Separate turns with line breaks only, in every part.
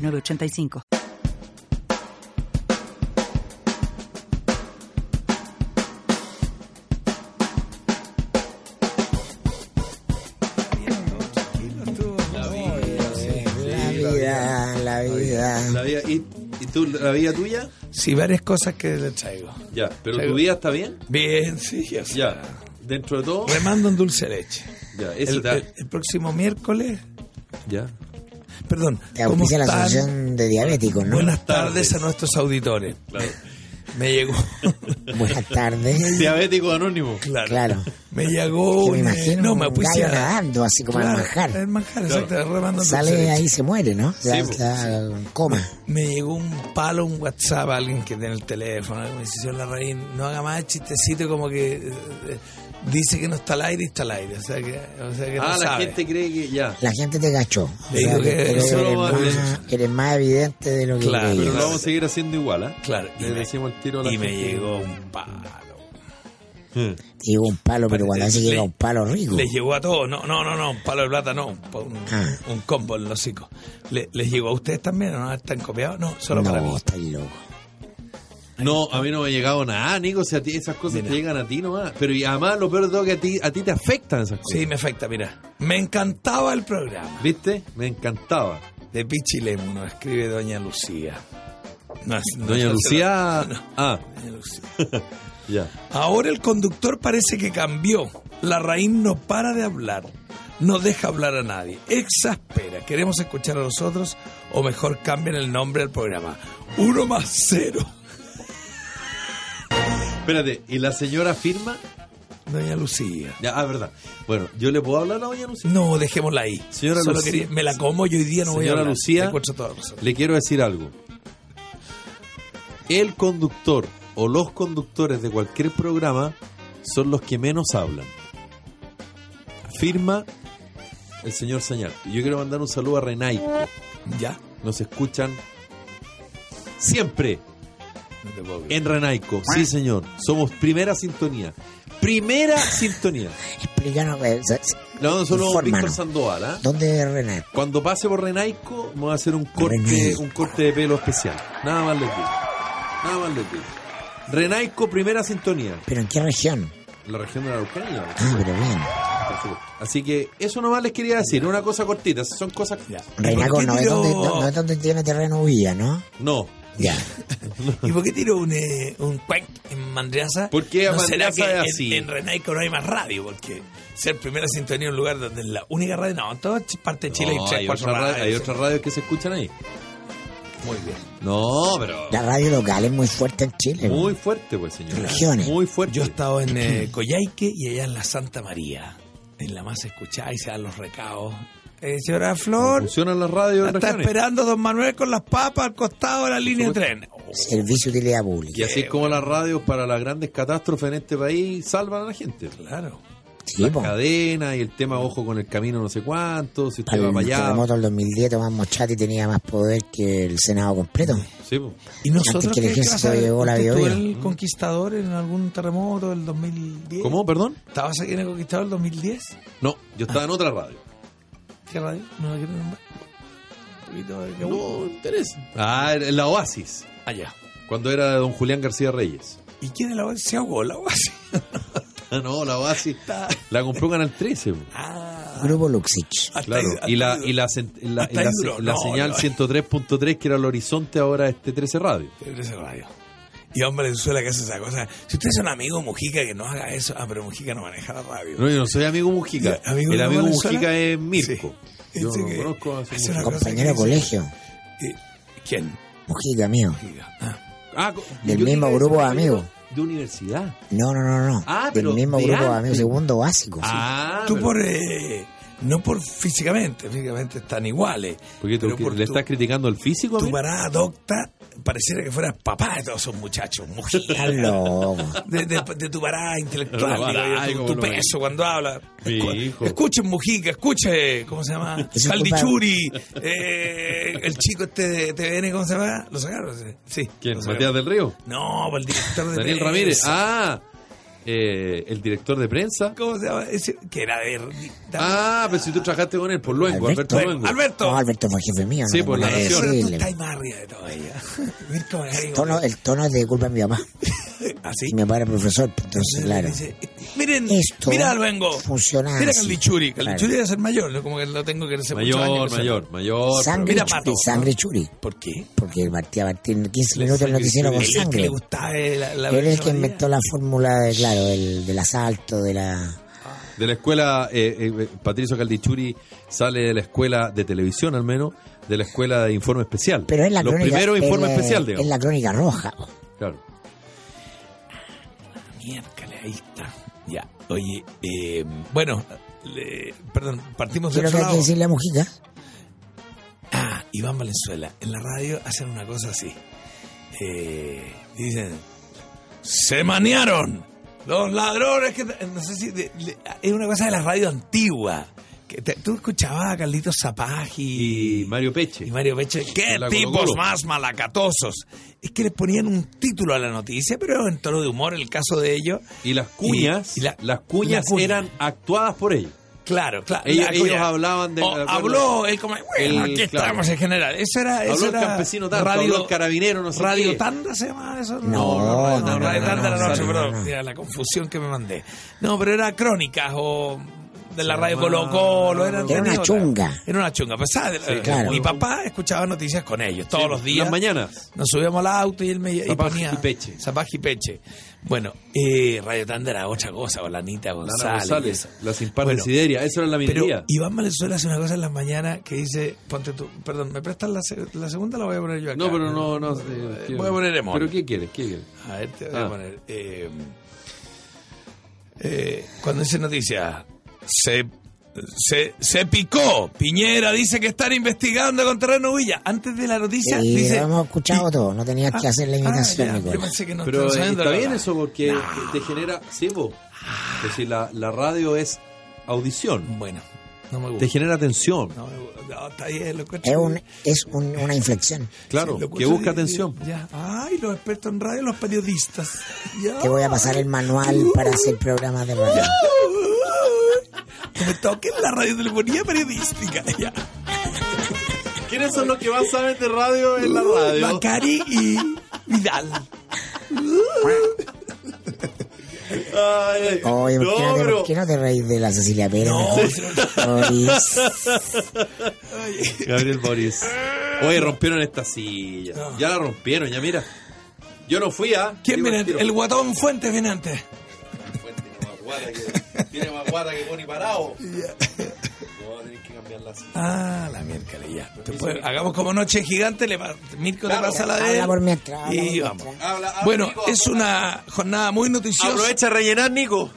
985.
La vida, la vida.
La vida, ¿y, y tú, la vida tuya?
Sí, varias cosas que le traigo.
Ya, pero
Traigo-
tu vida está bien.
Bien, sí, ya sé.
Ya, dentro de todo.
Remando en dulce leche.
Ya, eso
El,
está.
el- el próximo miércoles,
Ya.
perdón,
Te
¿cómo
auspicia la
están?
asociación de diabéticos, ¿no?
Buenas
Tardes.
tardes a nuestros auditores.
Claro.
Me llegó,
Buenas tardes.
Diabético anónimo.
claro,
Claro.
me llegó,
Que me
un, eh,
imagino
no,
un
me puse
gallo
a-
nadando, así como al
claro, eh,
manjar.
al manjar, exacto, remando en
Sale
dulce
de
leche.
ahí y se muere, ¿no? Ya
pues,
Sí, po,
está en coma.
Me llegó un palo, un WhatsApp, alguien que tiene el teléfono, me dice, la raíz, no haga más chistecito como que eh, eh, dice que no está al aire y está al aire. O sea que, o sea que
Ah,
no
la
sabe.
gente cree que ya.
La gente te cachó.
Le digo
O sea,
que
pero
eso
eres,
lo vale.
más, eres más evidente de lo que
Claro,
creías.
Pero lo vamos a seguir haciendo igual, ¿ah?
Claro, y
Le
me-
decimos el tiro a la
Y me
gente. Hmm.
llegó un palo.
Te llegó un palo, pero cuando hace
Le-
llega un palo rico.
Les llegó a todos, no, no, no, no, un palo de plata, no, un, un-
Ah.
un combo en los hocicos. Le- ¿Les llegó a ustedes también o no están copiados? No, solo para mí.
No, estás loco.
No, a mí no me ha llegado nada, Nico. O sea, a ti esas cosas te llegan a ti nomás. Pero y además lo peor de todo es que a ti, a ti te afectan esas cosas.
Sí, me afecta, mira. Me encantaba el programa.
¿Viste? Me encantaba.
De Pichilemu nos escribe Doña Lucía. No, es- no
Doña
es-
Lucía. Ah,
Doña Lucía.
ya.
Ahora el conductor parece que cambió. La raíz no para de hablar. No deja hablar a nadie. Exaspera. ¿Queremos escuchar a nosotros? O mejor cambien el nombre del programa. Uno más cero.
Espérate, ¿y la señora firma?
Doña Lucía.
Ya, ah, verdad. Bueno, ¿yo le puedo hablar a la doña Lucía?
No, dejémosla ahí.
Señora
Solo
Lucía-
quería- me la como y hoy día no voy a
Señora
hablar.
Lucía-
Te encuentro toda razón.
Le quiero decir algo. El conductor o los conductores de cualquier programa son los que menos hablan. Firma el señor Señal. Yo quiero mandar un saludo a Renaico.
¿Ya?
Nos escuchan siempre
No te puedo creer.
en Renaico. Sí, señor. Somos primera sintonía. Primera sintonía.
Explícanos, eh, se- se-
Le mando un saludo a
Infórmanos.
Víctor Sandoval. ¿ah?
¿dónde es René?
Cuando pase por Renaico, me voy a hacer un corte,
Renaico.
un corte de pelo especial. Nada más les digo. Nada más les digo. Renaico, primera sintonía.
¿Pero en qué región?
La región de la Araucanía.
Ah, pero bien.
por supuesto. Así que eso nomás les quería decir. Una cosa cortita. Son cosas.
Ya.
Renaco
¿Y por qué
no es
tiró-
donde, no, no es donde tiene terreno Villa, ¿no?
No.
Ya.
¿Y por qué tiró un, eh, un cuenc en Mandriaza?
¿Por qué a
¿No será
Mandriaza
que
es
en-
así?
En, Renaico no hay más radio, porque ser primera sintonía en un lugar donde es la única radio, no, en toda parte de Chile
No,
hay tres,
hay,
cuatro
otra ra-
radios.
hay otras radios que se escuchan ahí.
Muy bien.
No, pero.
La radio local es muy fuerte en Chile.
Muy fuerte, pues, señor.
Regiones.
Muy fuerte.
Eh, Yo he estado en eh, Coyhaique y allá en la Santa María, en la más escuchada y se dan los recados. Eh, señora Flor,
Funcionan las radios en
la está
regiones.
esperando don Manuel con las papas al costado de la línea de tren. Oh,
Servicio de utilidad
Y
pública.
así como las radios para las grandes catástrofes en este país salvan a la gente.
Claro.
Sí,
las
po.
cadenas y el tema ojo con el camino no sé cuánto, si usted
Para
va
el
para allá.
terremoto del 2010, Tomás Mochati tenía más poder que el Senado completo.
Sí, po.
¿Y nosotros
que el
qué- qué
ejército
vas a-
llegó la
¿Usted estuvo
Biobío?
en el conquistador en algún terremoto del 2010?
¿Cómo? ¿Perdón?
¿Estabas aquí en el Conquistador 2010?
No, yo estaba en otra radio.
¿Qué radio? No la quiero nombrar. Un poquito
Ah.
de que hubo.
interesa. Ah, en la Oasis,
Allá.
cuando era de don Julián García Reyes.
¿Y quién de la Oasis? ¿Se ahogó la Oasis?
Ah, no, la Oasis la compró Canal 13. po.
Ah,
Grupo Luxich.
hasta
Claro,
ahí- hasta
y la,
ahí-
y la, sen- y la- y
hasta
la
ahí
se-
duró.
la
No,
señal
no.
103.3 que era el horizonte ahora este 13 radio.
Libre ese radio. Y hombre, en suela que hace esa cosa. Si usted es un amigo Mujica, que no haga eso. Ah, pero Mujica no maneja la radio.
No, yo no soy amigo Mujica.
Ya, amigo
el
de
amigo
Valenzuela.
Mujica es Mirko.
Sí.
Yo
Dice
no
que-
conozco a ese
hace
Mujica.
una cosa
Compañero de
que dice-
colegio.
Eh, ¿Quién?
Mujica, mío.
Mujica. Ah,
Ah, co-
Del
yo
mismo
diría que
grupo de
es compañero
amigos.
De universidad.
No, no, no, no.
Ah,
Del
pero
mismo
de
grupo de
antes.
amigos, segundo básico.
Ah,
Tú
pero-
por eh, No por físicamente, físicamente están iguales.
Porque tú
pero
que-
por
le
tu-
estás criticando al físico.
tu
amigo?
parada docta pareciera que fueras papá de todos esos muchachos,
Está
mujía,
loco.
de, de- de tu parada intelectual,
La parada,
digo yo, tu-
como
tu,
lo
peso
dice.
cuando habla.
Mi
Escu-
hijo.
Escuchen Mujica, escuche, ¿cómo se llama?
Es un
Caldichuri, eh, el chico este de TVN, ¿cómo se llama? ¿Lo sacaron? Sí, Sí.
¿Quién?
lo
¿Matías
sacaron.
del Río?
No, para el director de
Daniel
prensa.
Ramírez. Ah, eh, el director de prensa.
¿Cómo se llama? Ese- que era de... de-
Ah, pero si tú trabajaste con él por Luengo,
Alberto.
Alberto,
bueno,
Luengo.
Alberto,
No, Alberto fue jefe mío.
Sí,
no
por la
tengo nada que
nación.
Pero tú
decirle.
estás más arriba de todo ella. Mira cómo es ahí,
Tono- el tono es de culpa de mi papá.
Así.
Y mi papá era profesor, pues, entonces,
Entonces
claro.
le dice, Miren,
Esto
mira al Vengo.
funciona
Mira
así.
Caldichuri. Caldichuri
Claro.
debe ser mayor, ¿no? como que lo tengo que hacer muchos años
Mayor,
que
mayor, mayor.
Sangre,
Mira,
churi,
Pato.
sangre churi.
sea- ¿Por qué?
Porque partía a partir de 15
Le
minutos el
sangre
noticiero
churi.
con
El que
sangre.
le gustaba eh, la, la
Él es el
Virgen
que
María.
inventó la fórmula, de, claro, el, del asalto, de la...
De la escuela, eh, eh, Patricio Caldichuri sale de la escuela de televisión al menos, de la escuela de informe especial.
Pero es la
Los
crónica...
primeros
es
informes
la-
especial,
Es
digamos.
la crónica roja. po.
Claro.
Miércale, ahí está. Ya. Oye, eh, bueno, le- perdón, partimos
¿Qué
de
es lo que
otro
hay que
lado.
decirle a Mujica?
Ah, Iván Valenzuela. En la radio hacen una cosa así. Eh, dicen, se manearon los ladrones que... No sé si... de- le- es una cosa de la radio antigua. Que te- tú escuchabas a Carlitos Zapaji
Y Mario Peche.
y Mario Peche. ¡Qué
La
tipos
Colo-Colo.
más malacatosos! Es que les ponían un título a la noticia, pero en tono de humor el caso de ellos.
Y las cuñas,
Y- y la-
las cuñas
la cuña.
eran actuadas por ellos.
Claro, claro.
Ellos-
la
ellos
cuña.
hablaban de-
O
de acuerdo.
habló, él como, bueno,
El-
aquí
claro.
estamos en general. Eso era...
Habló
eso
el
era
campesino tanto, habló el carabinero, no sé
Radio
qué.
Tanda se llamaba
No,
eso.
no,
no,
no,
Radio
no,
Tanda
no,
la
no,
noche,
no,
pero
no.
mira la confusión que me mandé. No, pero era crónicas o de la
Se
radio
llamaba-
Colo Colo. Era,
Era una chunga.
Era una chunga. Pesada.
claro.
Mi papá escuchaba noticias con ellos todos los días.
Las mañanas.
Nos subíamos al auto y él me y
Zapaj
ponía-
y Peche.
Zapaj y Peche. Bueno, eh, Radio Tanda era otra cosa, o la Anita González.
Lara González, la sin par
Bueno,
de Sideria, eso era la
pero
minería.
Iván Valenzuela hace una cosa en las mañanas que dice, ponte tú, perdón, ¿me prestas la, se- la segunda la voy a poner yo acá?
no, pero no, no. eh,
Eh,
quiero-
voy a poner emoji.
¿Pero qué quieres? ¿Qué quieres?
A ver, te voy a
Ah.
poner. eh, eh, cuando dice noticia, se, se, se picó. Piñera dice que están investigando con terreno Villa. Antes de la noticia,
Y
dice.
lo hemos escuchado todo, no tenías que
ah,
hacer la
ah,
imitación,
ya,
Nicolás.
yo pensé que no
Pero
estaba
eh,
sabiendo
está
la
bien
verdad.
eso porque te genera. Sí, vos. Es decir, la, la radio es audición.
Bueno, no me gusta.
Te genera tensión.
No, me gusta. No, está bien, lo encuentro
Es, un,
bien.
es un- una inflexión.
Claro,
Sí, lo
que
escucho
busca
y-
atención.
y- Ya. Ay, los expertos en radio, los periodistas. Ya.
Te voy a pasar el manual para hacer programas de radio.
Que me toquen la radiotelefonía periodística. Ya.
¿Quiénes son los que más saben de radio en la radio?
Macari y Vidal.
Oye, ¿por qué no, te,
pero-
¿por qué no te reís de la Cecilia Pérez?
No,
mejor? Oís.
Gabriel Boris. Oye, rompieron esta silla. Ya la rompieron, ya mira. Yo no fui a.
¿Quién
Digo,
viene?
tiro.
El guatón Fuentes viene antes.
Fuente tiene más guata que- Tiene más guata que Boni Parado. No, va a tener que cambiar la silla.
Ah, la miércoles ya. Te puede- hagamos como noche gigante, le pa- Mirko te pasa la de
Habla
él
por mientras, habla
y
por
vamos.
mientras.
Habla, habla,
Bueno,
Nico,
es una jornada muy noticiosa.
Aprovecha a rellenar, Nico.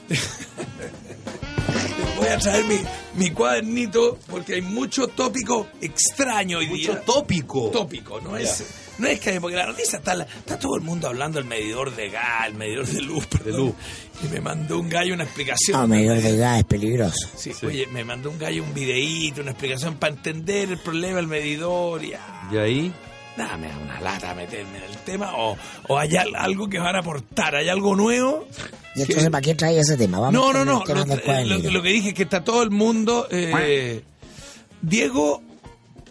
Voy a traer mi, mi cuadernito porque hay mucho tópico extraño hoy
Mucho
día.
tópico.
tópico, no es no es que porque la noticia está la- está todo el mundo hablando del medidor de gas, el medidor de luz, perdón.
luz.
Y me mandó un gallo una explicación.
No, medidor de edad es peligroso.
Sí, oye, me mandó un gallo un videíto, una explicación para entender el problema del medidor y ah,
Y ahí.
nada, me da una lata meterme en el tema o, o hay al- algo que van a aportar, hay algo nuevo.
Y entonces, ¿para qué traes ese tema? Vamos
No,
con
no,
el tema
no. Lo, eh,
del cuadernito.
lo- lo que dije es que está todo el mundo. eh, Diego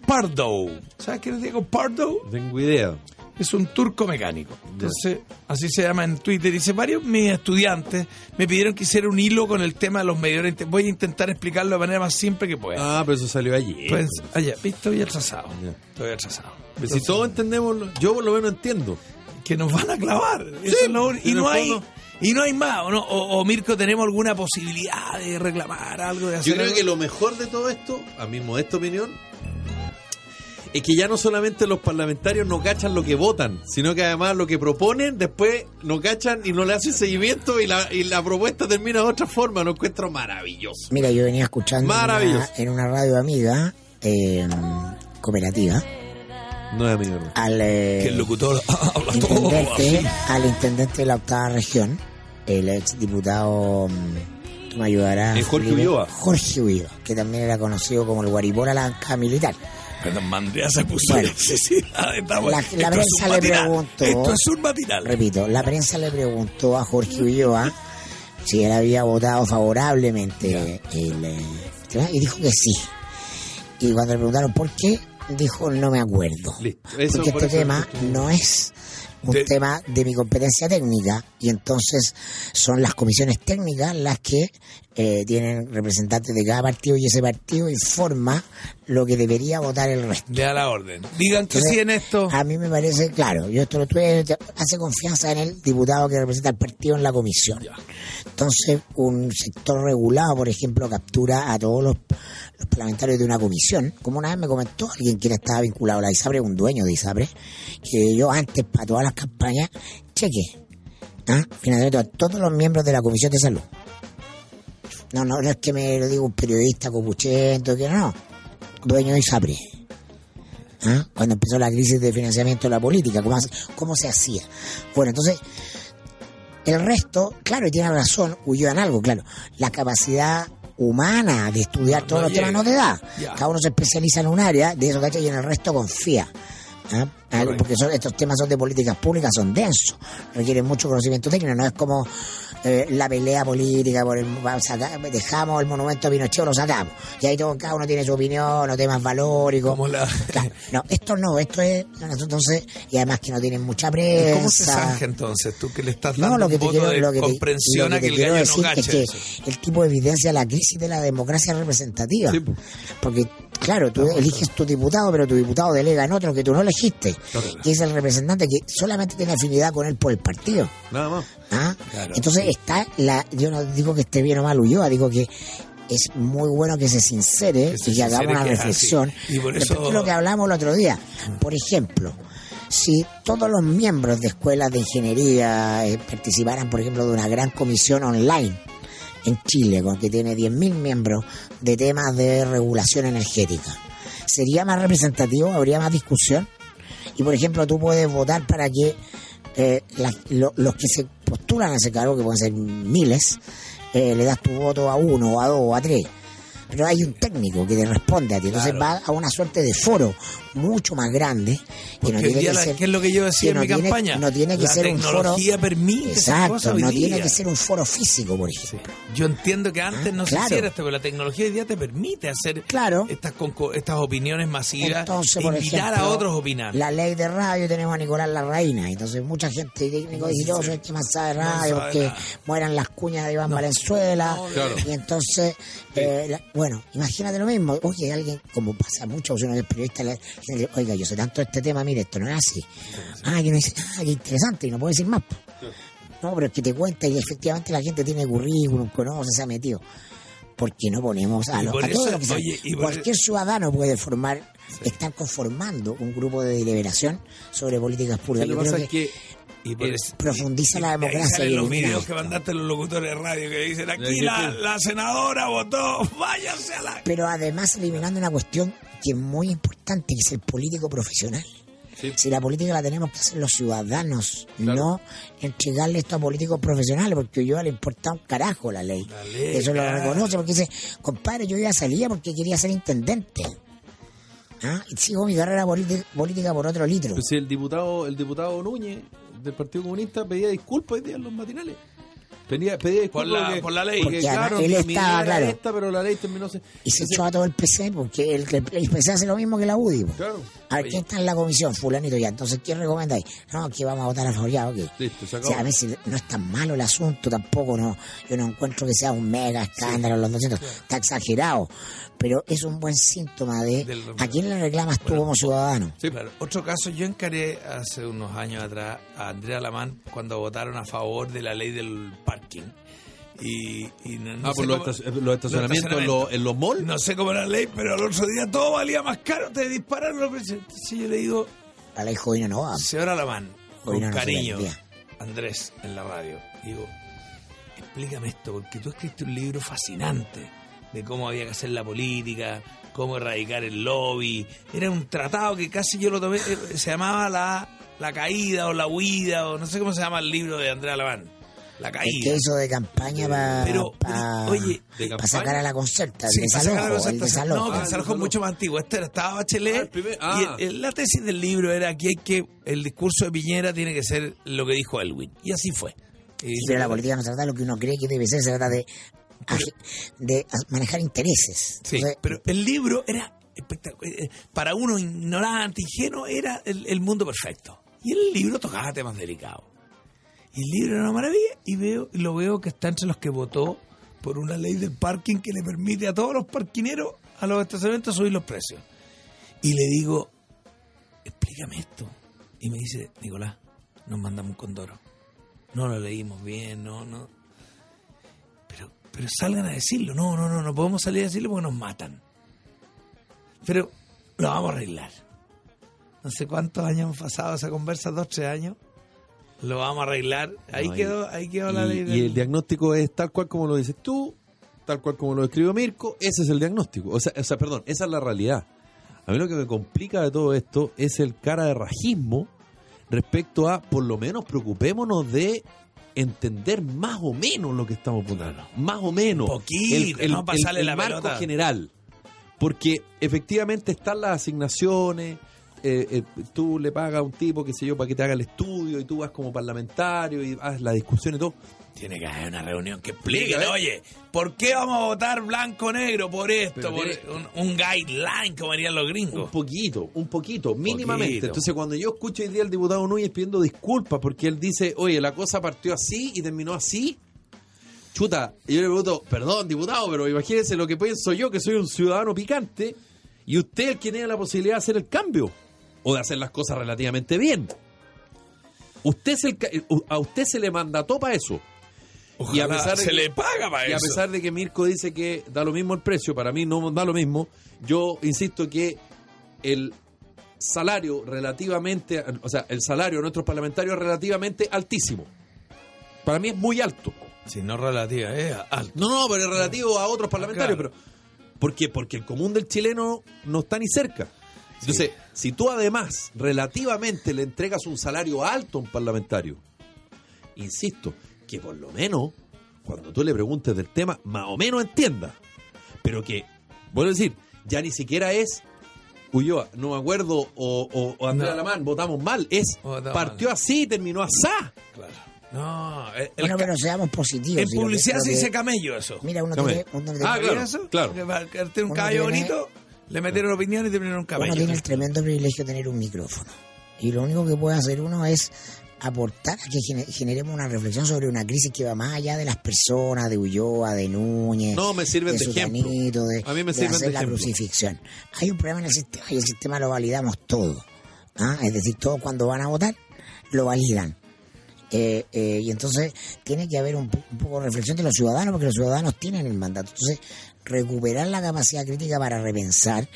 Pardo. ¿Sabes quién es Diego Pardo?
No tengo idea.
Es un turco mecánico. Entonces, así se llama en Twitter. Dice, varios mis estudiantes me pidieron que hiciera un hilo con el tema de los medidores. Te- Voy a intentar explicarlo de manera más simple que pueda.
Ah, pero eso salió ayer.
Pues, allá, ¿viste? Estoy atrasado.
Ya.
Estoy atrasado.
Pero si todos entendemos, lo- yo por lo menos entiendo.
que nos van a clavar. Eso es lo único.
en
y
el
no hay
fondo.
y no hay más. ¿o, no? O- o, Mirko, tenemos alguna posibilidad de reclamar algo de hacer
Yo creo
algo?
que lo mejor de todo esto, a mi modesta opinión, es que ya no solamente los parlamentarios no cachan lo que votan, sino que además lo que proponen después no cachan y no le hacen seguimiento y la, y la propuesta termina de otra forma. Lo encuentro maravilloso.
Mira, yo venía escuchando en una-
Maravilloso.
en una, radio amiga, eh, cooperativa,
No es amigo. ¿no?
al, eh,
Que el locutor habla todo
intendente,
así.
al intendente de la octava región, el ex diputado, mm, tú me ayudarás.
Eh, Jorge
Felipe,
Ulloa.
Jorge Ulloa, que también era conocido como el guaribola lanca militar.
Pero Mandrea se puso
Bueno.
sí, sí, ah, estamos-
La- la
esto es un
prensa le
matinal,
preguntó.
Esto es un matinal.
Repito, la prensa le preguntó a Jorge Ulloa si él había votado favorablemente el, eh, tema, y dijo que sí. Y cuando le preguntaron por qué, dijo no me acuerdo.
Listo. Eso,
porque
por
este
eso
tema
es
no es un
De-
tema de mi competencia técnica y entonces son las comisiones técnicas las que eh, tienen representantes de cada partido y ese partido informa lo que debería votar el resto.
Le da la orden. Digan que
Entonces,
sí en esto.
A mí me parece, claro, yo esto lo tuve, te- hace confianza en el diputado que representa al partido en la comisión. Entonces, un sector regulado, por ejemplo, captura a todos los, los parlamentarios de una comisión. Como una vez me comentó alguien que estaba vinculado a la ISAPRE, un dueño de ISAPRE, que yo antes para todas las campañas cheque ¿ah? finalmente a todos los miembros de la comisión de salud. No, no, no es que me lo diga un periodista copuchento, que no, no. dueño de ISAPRE. ¿ah? cuando empezó la crisis de financiamiento de la política, cómo, hace- cómo se hacía. Bueno, entonces, el resto, claro, y tiene razón, huyó en algo, claro, la capacidad humana de estudiar todos
no
los temas no
llega.
te da.
Ya.
Cada uno se especializa en un área, de eso, ¿cachai? Y en el resto confía. ¿ah? Ah, Porque son- estos temas son de políticas públicas, son densos, requieren mucho conocimiento técnico, no es como eh, la pelea política, por el, va a sacar- dejamos el monumento a Pinochet o lo sacamos, y ahí todo, cada uno tiene su opinión, los temas valóricos.
Como la-
Claro, no, esto no, esto es. Entonces, y además que no tienen mucha prensa.
¿Cómo se zanja entonces? Tú que le estás dando
No, lo que
un
te
voto
quiero,
de
lo que te-
comprensión
lo
a
que te
que el
quiero
gallo no
decir es
cache
que
eso.
el tipo evidencia la crisis de la democracia representativa.
Sí, po.
Porque, claro, tú eliges tu diputado, pero tu diputado delega en otro que tú no elegiste,
Claro.
que es el representante que solamente tiene afinidad con él por el partido.
Nada más.
¿Ah?
Claro.
Entonces está la, yo no digo que esté bien o mal Ulloa, digo que es muy bueno que se sincere
Que se
y que hagamos
sincere
una
que es así.
reflexión.
Y por
respecto
eso- Mm.
a lo que hablamos el otro día, por ejemplo, si todos los miembros de escuelas de ingeniería eh, participaran, por ejemplo, de una gran comisión online en Chile, con que tiene 10.000 miembros de temas de regulación energética, ¿sería más representativo? ¿Habría más discusión? Y por ejemplo, tú puedes votar para que eh, las- lo- los que se postulan a ese cargo, que pueden ser miles, eh, le das tu voto a uno, o a dos, o a tres. Pero hay un técnico que te responde a ti. Entonces
Claro.
va a una suerte de foro mucho más grande. que no
Porque hoy
tiene
día
que
la-
ser-
¿qué es lo que yo decía
que
en
no
mi
tiene-
campaña?
No tiene que
la
ser un foro.
tecnología permite esas cosas
Exacto,
hoy
no tiene
día.
que ser un foro físico, por ejemplo.
Yo entiendo que antes no
claro.
se hiciera esto, pero la tecnología hoy día te permite hacer
Claro.
estas, conco- estas opiniones masivas,
Entonces,
e
por
invitar
ejemplo,
a otros a opinar.
La ley de radio tenemos a Nicolás Larraína, entonces mucha gente técnico dice yo soy el que más sabe radio,
No sabe
porque
nada.
mueran las cuñas de Iván Valenzuela,
claro.
y entonces, eh, la- bueno, imagínate lo mismo, oye, alguien, como pasa mucho, uno que es periodista, le, le dice, oiga, yo sé tanto de este tema, mire, esto no es así. Ah, que no dice, ah, qué interesante, y no puedo decir más. po. No, pero es que te cuenta y efectivamente la gente tiene currículum, conoce, se ha metido. Porque no ponemos a
Y
los
por
a todos
eso,
los que saben.
oye, y por-
Cualquier ciudadano puede formar, están conformando un grupo de deliberación sobre políticas públicas.
Lo
Yo
que pasa
creo
es que
Y por
eh,
eso-
profundiza la
y ahí
democracia
salen
y
los
elimina
videos
esto.
que mandaste los locutores de radio que dicen aquí
aquí
la,
sí.
la senadora votó, váyase a la...
pero además eliminando una cuestión que es muy importante, que es el político profesional.
Sí.
Si la política la tenemos que hacer los ciudadanos,
Claro.
no entregarle esto a políticos profesionales, porque yo le importa un carajo la ley.
La ley,
Eso lo
claro.
reconoce, porque dice, compadre, yo ya salía porque quería ser intendente. ¿Ah? Y sigo mi carrera politi- política por otro litro.
pues, el diputado el diputado Núñez del Partido Comunista pedía disculpas hoy día en los matinales. Pedía, pedía disculpas
la-
porque-
por la ley.
Porque,
Porque además
claro,
él
mi
estaba,
idea era
claro.
esta, pero la ley terminó... se-
Y se echó a todo el PC, porque el, el PC hace lo mismo que la UDI. po.
Claro.
A ver, ¿quién está en la comisión? Fulanito ya. Entonces, ¿quién recomendáis? No, que vamos a votar a favor ya, ok.
Listo, se
O
acabó.
sea, a veces no es tan malo el asunto tampoco, no. Yo no encuentro que sea un mega escándalo los 200. Está exagerado. Pero es un buen síntoma de
Del-
a quién le reclamas tú como ciudadano.
Sí.
Claro. Otro caso, yo encaré hace unos años atrás a Andrea Lamán cuando votaron a favor de la ley del parking. Y, y no, no
Ah,
sé
por los,
cómo-
estaci- los estacionamientos en los- en los malls.
No sé cómo era la ley, pero al otro día todo valía más caro, te disparan los precios. Entonces yo le digo,
La ley Jovino no va.
señora Lamán, con
Hoy no nos
cariño,
vendía.
Andrés, en la radio, digo, explícame esto, porque tú escribiste un libro fascinante de cómo había que hacer la política, cómo erradicar el lobby. Era un tratado que casi yo lo tomé, eh, se llamaba La, la Caída o La Huida, o no sé cómo se llama el libro de Andrea Lamán. La
El que
Caída.
hizo de campaña para
Pero, pero, oye,
de campaña.
sacar a la concerta, el
Sí, para sacar la
desalojo, el
concertación. No,
desalojo.
que el desalojo es mucho más antiguo. Este era- estaba Bachelet.
Ah, el primer- ah.
Y el- el- la tesis del libro era que hay que el discurso de Piñera tiene que ser lo que dijo Elwin. Y así fue. Y
Sí,
dice,
pero la política no se trata de lo que uno cree que debe ser, se trata de, de manejar intereses.
Sí,
Entonces,
pero el libro era espectacular. Eh, Para uno ignorante, ingenuo, era el, el mundo perfecto. Y el libro tocaba temas delicados. Y el libro era una maravilla y veo y lo veo que está entre los que votó por una ley del parking que le permite a todos los parquineros, a los estacionamientos, subir los precios. Y le digo, explícame esto. Y me dice, Nicolás, nos mandamos un condoro. No lo leímos bien, no, no. Pero, pero salgan a decirlo. No, no, no, no podemos salir a decirlo porque nos matan. Pero lo vamos a arreglar. No sé cuántos años han pasado esa conversa, dos, tres años. Lo vamos a arreglar. Ahí
No, y-
quedó, ahí quedó la
Y,
ley.
y
del-
el diagnóstico es tal cual como lo dices tú, tal cual como lo escribió Mirko, ese es el diagnóstico. O sea, o sea, perdón, esa es la realidad. A mí lo que me complica de todo esto es el cara de rajismo respecto a, por lo menos, preocupémonos de entender más o menos lo que estamos votando. Más o menos.
Poquito, no pasarle la
marco
pelota.
general. Porque efectivamente están las asignaciones, eh, eh, tú le pagas a un tipo, qué sé yo, para que te haga el estudio y tú vas como parlamentario y haz la discusión y todo.
Tiene que haber una reunión que explique, oye, ¿por qué vamos a votar blanco-negro por esto?
Pero
Por
tiene-
un, un guideline, como dirían los
Un
gringos.
poquito, un poquito, mínimamente.
Poquito.
Entonces, cuando yo escucho hoy día al diputado Núñez pidiendo disculpas porque él dice, oye, la cosa partió así y terminó así, chuta, y yo le pregunto, perdón, diputado, pero imagínense lo que pienso yo, que soy un ciudadano picante, y usted es el que tiene la posibilidad de hacer el cambio o de hacer las cosas relativamente bien. Usted es el, ca- a usted se le mandató para eso.
Ojalá
y a pesar de
se
que-
le paga para
Y a
eso.
pesar de que Mirko dice que da lo mismo el precio, para mí no da lo mismo. Yo insisto que el salario relativamente, o sea, el salario de nuestros parlamentarios es relativamente altísimo. Para mí es muy alto.
Si no relativa, eh, es alto.
No, no, pero es relativo a otros parlamentarios,
claro.
pero ¿por qué? Porque el común del chileno no está ni cerca. Entonces, si tú además relativamente le entregas un salario alto a un parlamentario, insisto, que por lo menos cuando tú le preguntes del tema, más o menos entienda. Pero que, vuelvo a decir, ya ni siquiera es Ulloa, no me acuerdo, o, o, o Andrea
No.
Alamán, votamos mal, es
Votamos
partió
mal.
así y terminó asá.
Claro. No, el, el
bueno,
ca-
pero seamos positivos.
en
si lo que-
publicidad
lo
se
que-
dice camello eso.
Mira, uno
Come.
tiene, uno tiene-
Ah, claro.
¿Vieron eso? Que para tener un
Uno
caballo
tiene-
bonito, le metieron opinión y terminaron
uno
un camello.
tiene el tremendo privilegio de tener un micrófono. Y lo único que puede hacer uno es aportar a que gene- generemos una reflexión sobre una crisis que va más allá de las personas, de Ulloa, de Núñez.
No me sirven
de
de ejemplo.
Sutanito, de,
A mí me
de
sirven de
hacer la
ejemplo.
crucifixión. Hay un problema en el sistema y el sistema lo validamos todo. ¿ah? Es decir, todos cuando van a votar lo validan. Eh, eh, y entonces tiene que haber un, po- un poco de reflexión de los ciudadanos, porque los ciudadanos tienen el mandato. Entonces, recuperar la capacidad crítica para repensar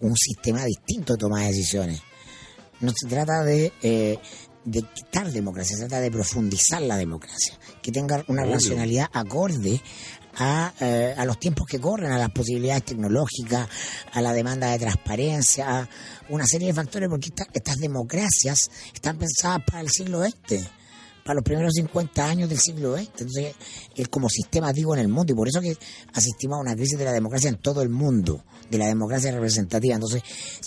un sistema distinto de toma de decisiones. No se trata de, eh, de quitar democracia, se trata de profundizar la democracia, que tenga una
Obvio.
racionalidad acorde a, eh, a los tiempos que corren, a las posibilidades tecnológicas, a la demanda de transparencia, a una serie de factores, porque esta- estas democracias están pensadas para el siglo XX para los primeros 50 años del siglo XX. Entonces, es como sistema digo en el mundo y por eso que asistimos a una crisis de la democracia en todo el mundo, de la democracia representativa. Entonces,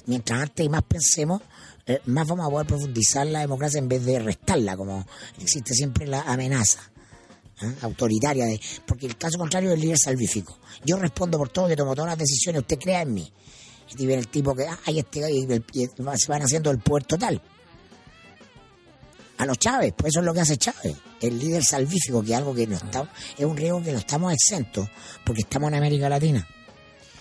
mientras antes y más pensemos, eh, más vamos a poder profundizar la democracia en vez de restarla, como existe siempre la amenaza. ¿ah? autoritaria, de- porque el caso contrario es el líder salvífico. Yo respondo por todo, yo tomo todas las decisiones, usted crea en mí. Y viene el tipo que, ah, ahí este, gallo", y el- y el- se van haciendo el poder total a los Chávez, pues eso es lo que hace Chávez, el líder salvífico, que es algo
Ah.
que no está, es un riesgo que no estamos exentos, porque estamos en América Latina.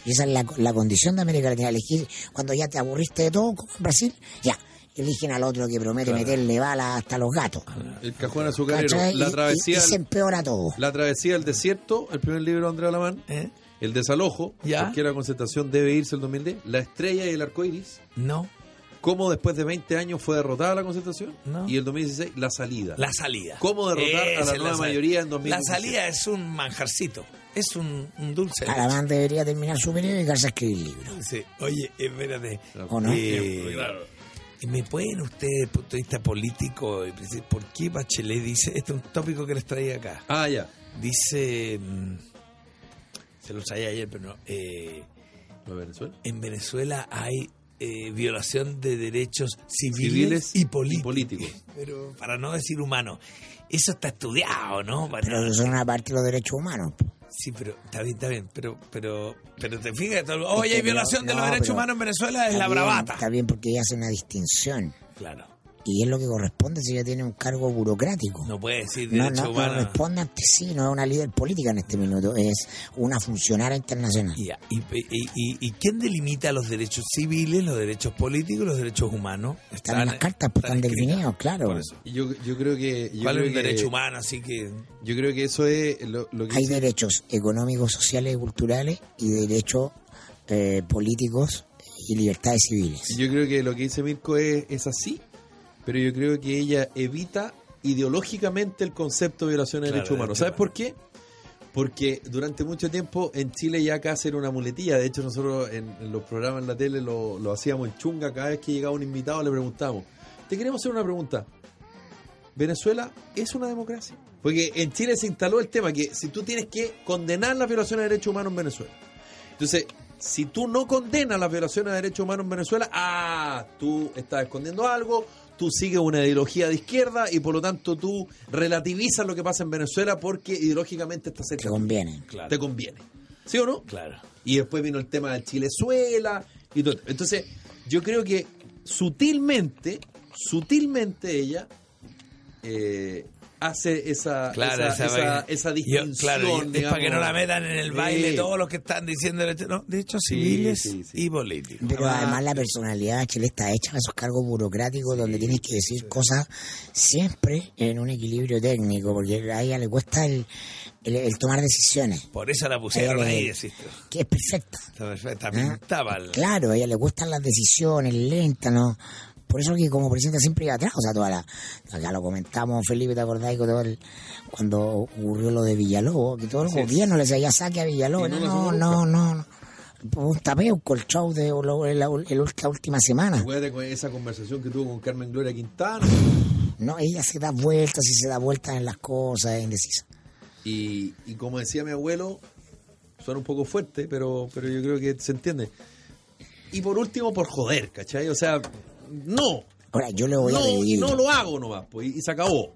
Y esa es la, la condición de América Latina, elegir cuando ya te aburriste de todo, como en Brasil, ya, eligen al otro que promete
Claro.
meterle bala hasta los gatos.
El cajón azucarero,
¿Cachai?
la
Y-
travesía,
y- y se empeora todo.
la travesía del desierto, el primer libro de Andrea Alamán,
¿Eh?
El desalojo,
Ya.
porque la concentración debe irse el 2010, La estrella y el arco iris,
No.
cómo después de 20 años fue derrotada la concentración,
No.
y el 2016 la salida.
La salida.
¿Cómo derrotar a la
Esa es
nueva
salida.
mayoría en 2017?
La salida es un manjarcito. Es un, un dulce. de leche.
Alamán debería terminar su periodo y dedicarse a escribir libros.
Sí. Oye, espérate.
¿O no?
Eh, ¿Me pueden ustedes, desde el punto de vista político, eh, decir por qué Bachelet dice, este es un tópico que les traía acá,
Ah, ya.
dice, mm, se lo traía ayer, pero no, eh,
¿A Venezuela?
en Venezuela hay eh, violación de derechos civiles,
Civiles
y políticos.
y políticos.
Pero para no decir humanos. Eso está estudiado, ¿no? Para-
Pero eso son una parte de los derechos humanos. po.
Sí, pero está bien, está bien. Pero, pero, pero te fijas, todo- oye, hay
pero-
violación de
no,
los derechos
pero-
humanos en Venezuela, es
Está
la
bien,
bravata.
Está bien porque ella hace una distinción.
Claro,
Y es lo que corresponde si ella tiene un cargo burocrático.
no puede decir
No,
derechos
no, no
humanos.
responde ante sí, no es una líder política en este minuto, es una funcionaria internacional.
Ya, Y, y, y- y quién delimita los derechos civiles, los derechos políticos, los derechos humanos?
Están en las cartas, pues, están
escritos.
definidos, claro.
Por eso.
Y Yo, yo creo que... Yo
¿Cuál
creo
es un
que-
derecho humano? Así que
Yo creo que eso es lo, lo que...
Hay
dice-
derechos económicos, sociales y culturales y derechos eh, políticos y libertades civiles.
Yo creo que lo que dice Mirko es, es así, pero yo creo que ella evita ideológicamente el concepto de violación de
Claro,
derechos humanos. ¿Sabes
derechos
por qué? Porque durante mucho tiempo en Chile ya casi era una muletilla. De hecho, nosotros en, en los programas en la tele lo, lo hacíamos en chunga. Cada vez que llegaba un invitado le preguntábamos, te queremos hacer una pregunta. ¿Venezuela es una democracia? Porque en Chile se instaló el tema que si tú tienes que condenar las violaciones de derechos humanos en Venezuela. Entonces, si tú no condenas las violaciones de derechos humanos en Venezuela, ah, tú estás escondiendo algo, tú sigues una ideología de izquierda y por lo tanto tú relativizas lo que pasa en Venezuela porque ideológicamente está
Que
cerca.
convienen.
Claro.
Te conviene. ¿Sí o no?
Claro.
Y después vino el tema de Chilezuela y todo. Entonces, yo creo que sutilmente, sutilmente ella eh, hace esa,
Claro,
esa,
esa vaina.
esa- esa
Yo-
distinción.
claro, y- es para que no
digamos.
la metan en el
Sí.
baile todos los que están diciendo derechos no, derechos civiles
sí, sí.
y políticos.
Pero
Ah,
además la personalidad de Chile está hecha a esos cargos burocráticos donde tienes que decir cosas siempre en un equilibrio técnico, porque a ella le cuesta el, el- el tomar decisiones,
Por eso la pusieron
Ahí,
ahí,
ahí.
decís tú.
que es perfecta.
Está perfecta, pintaba el-
Eh, ah, Claro, a ella le gustan las decisiones lentas, ¿no? Por eso que como presidenta siempre iba atrás, o sea, toda la... Acá lo comentamos, Felipe, ¿te acordás? Con todo el- cuando ocurrió lo de Villalobos, que todo el gobierno le decía, ya saque a Villalobos.
Y no
No,
lo
no,
sacó
no, no. Un tapeo, el show de lo- la, la última semana.
Acuérdate con esa conversación que tuvo con Carmen Gloria Quintana.
No, ella se da vueltas y se da vueltas en las cosas, es indecisa.
Y, y como decía mi abuelo, suena un poco fuerte, pero, pero yo creo que se entiende. Y por último, por joder, ¿cachai? O sea, no,
Ahora, yo le voy a
no,
pedir.
no lo hago nomás, pues, y, y se acabó.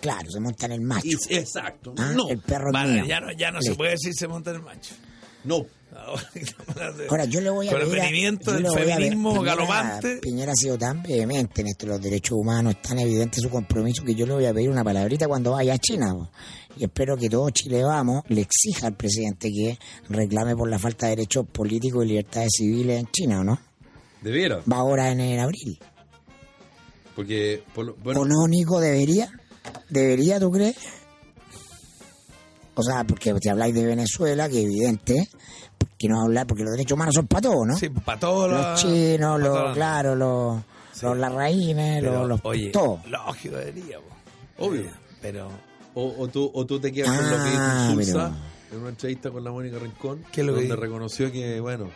Claro, se monta en el macho.
Y- exacto,
Ah,
no,
El perro es
Vale,
mío.
ya no, ya no se puede decir se monta el macho.
no.
Ahora que estamos hablando de-
Ahora, yo le voy a
Con el
pedir. a-
venimiento
yo
del
le voy a pedir-
feminismo
Piñera-
galopante.
Piñera ha sido tan vehemente en esto de los derechos humanos, tan evidente su compromiso, que yo le voy a pedir una palabrita cuando vaya a China. po. Y espero que todo Chile Vamos le exija al presidente que reclame por la falta de derechos políticos y libertades civiles en China, ¿o no?
Debiera,
Va ahora en, en abril.
porque, por lo- bueno,
¿O no, Nico? ¿Debería? ¿Debería, tú crees? O sea, porque te habláis de Venezuela, que evidente, porque no hablar, porque los derechos humanos son para todos, ¿no?
Sí, para todos
los chinos,
para
los,
todos.
claro, los, los larraínes,
Pero,
los, los
oye,
todo.
lógico debería, po.
Obvio.
Pero,
o, o tú, o tú te quedas con lo
Ah,
que dice Sousa
pero-
en una entrevista con la Mónica Rincón,
¿Qué es lo que
donde
dice?
reconoció que, bueno,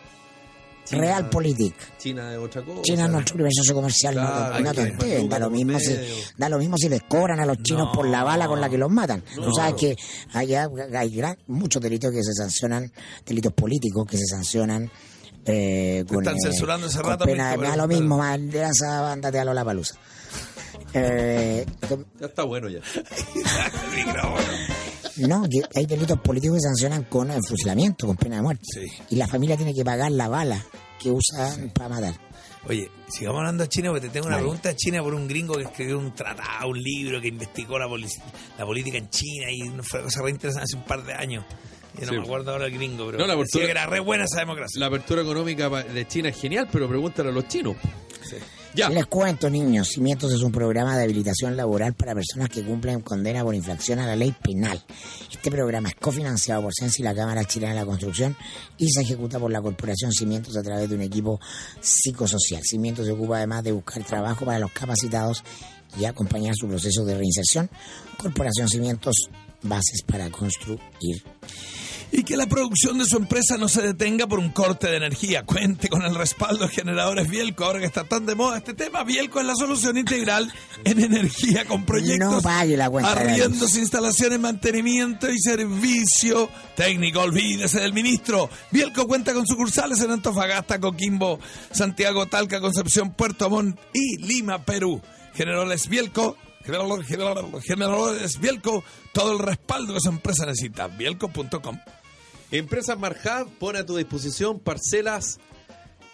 China-
Realpolitik.
China es otra cosa.
China es nuestro primer socio comercial, no
Claro,
te- no te
hay que-
entienden. Da lo, mismo si,
medio.
da lo mismo si les cobran a los chinos
No.
por la bala con la que los matan.
No.
Tú sabes que allá hay gran- muchos delitos que se sancionan, delitos políticos que se sancionan. Eh,
Te están censurando hace
con
rato, eh.
pena de-
Mirko,
me da
pero-
lo mismo, mal, de esa banda te da la palusa. Eh, que-
Ya está bueno ya.
el micrófono.
No, que hay delitos políticos que sancionan con eh, fusilamiento, con pena de muerte.
Sí.
Y la familia tiene que pagar la bala que usan para matar.
Oye, sigamos hablando de China porque te tengo una
Vale.
pregunta de China por un gringo que escribió un tratado, un libro que investigó la, polic- la política en China y fue una cosa re interesante hace un par de años. Yo no
Sí.
me acuerdo ahora el gringo, pero
No, la
decía
apertura-
que era re buena esa democracia.
La apertura económica pa- de China es genial, pero pregúntale a los chinos. Ya.
Les cuento, niños, Cimientos es un programa de habilitación laboral para personas que cumplen condena por infracción a la ley penal. Este programa es cofinanciado por CENSI, la Cámara Chilena de la Construcción, y se ejecuta por la Corporación Cimientos a través de un equipo psicosocial. Cimientos se ocupa además de buscar trabajo para los capacitados y acompañar su proceso de reinserción. Corporación Cimientos, bases para construir.
Y que la producción de su empresa no se detenga por un corte de energía. Cuente con el respaldo de generadores Bielco. Ahora que está tan de moda este tema, Bielco es la solución integral en energía con proyectos.
No pague la cuenta de la
Arriendos,
luz.
instalaciones, mantenimiento y servicio técnico. Olvídese del ministro. Bielco cuenta con sucursales en Antofagasta, Coquimbo, Santiago, Talca, Concepción, Puerto Montt y Lima, Perú. Generales Bielco. General, general- generadores Bielco, todo el respaldo que su empresa necesita. Bielco.com.
Empresas Marjab pone a tu disposición parcelas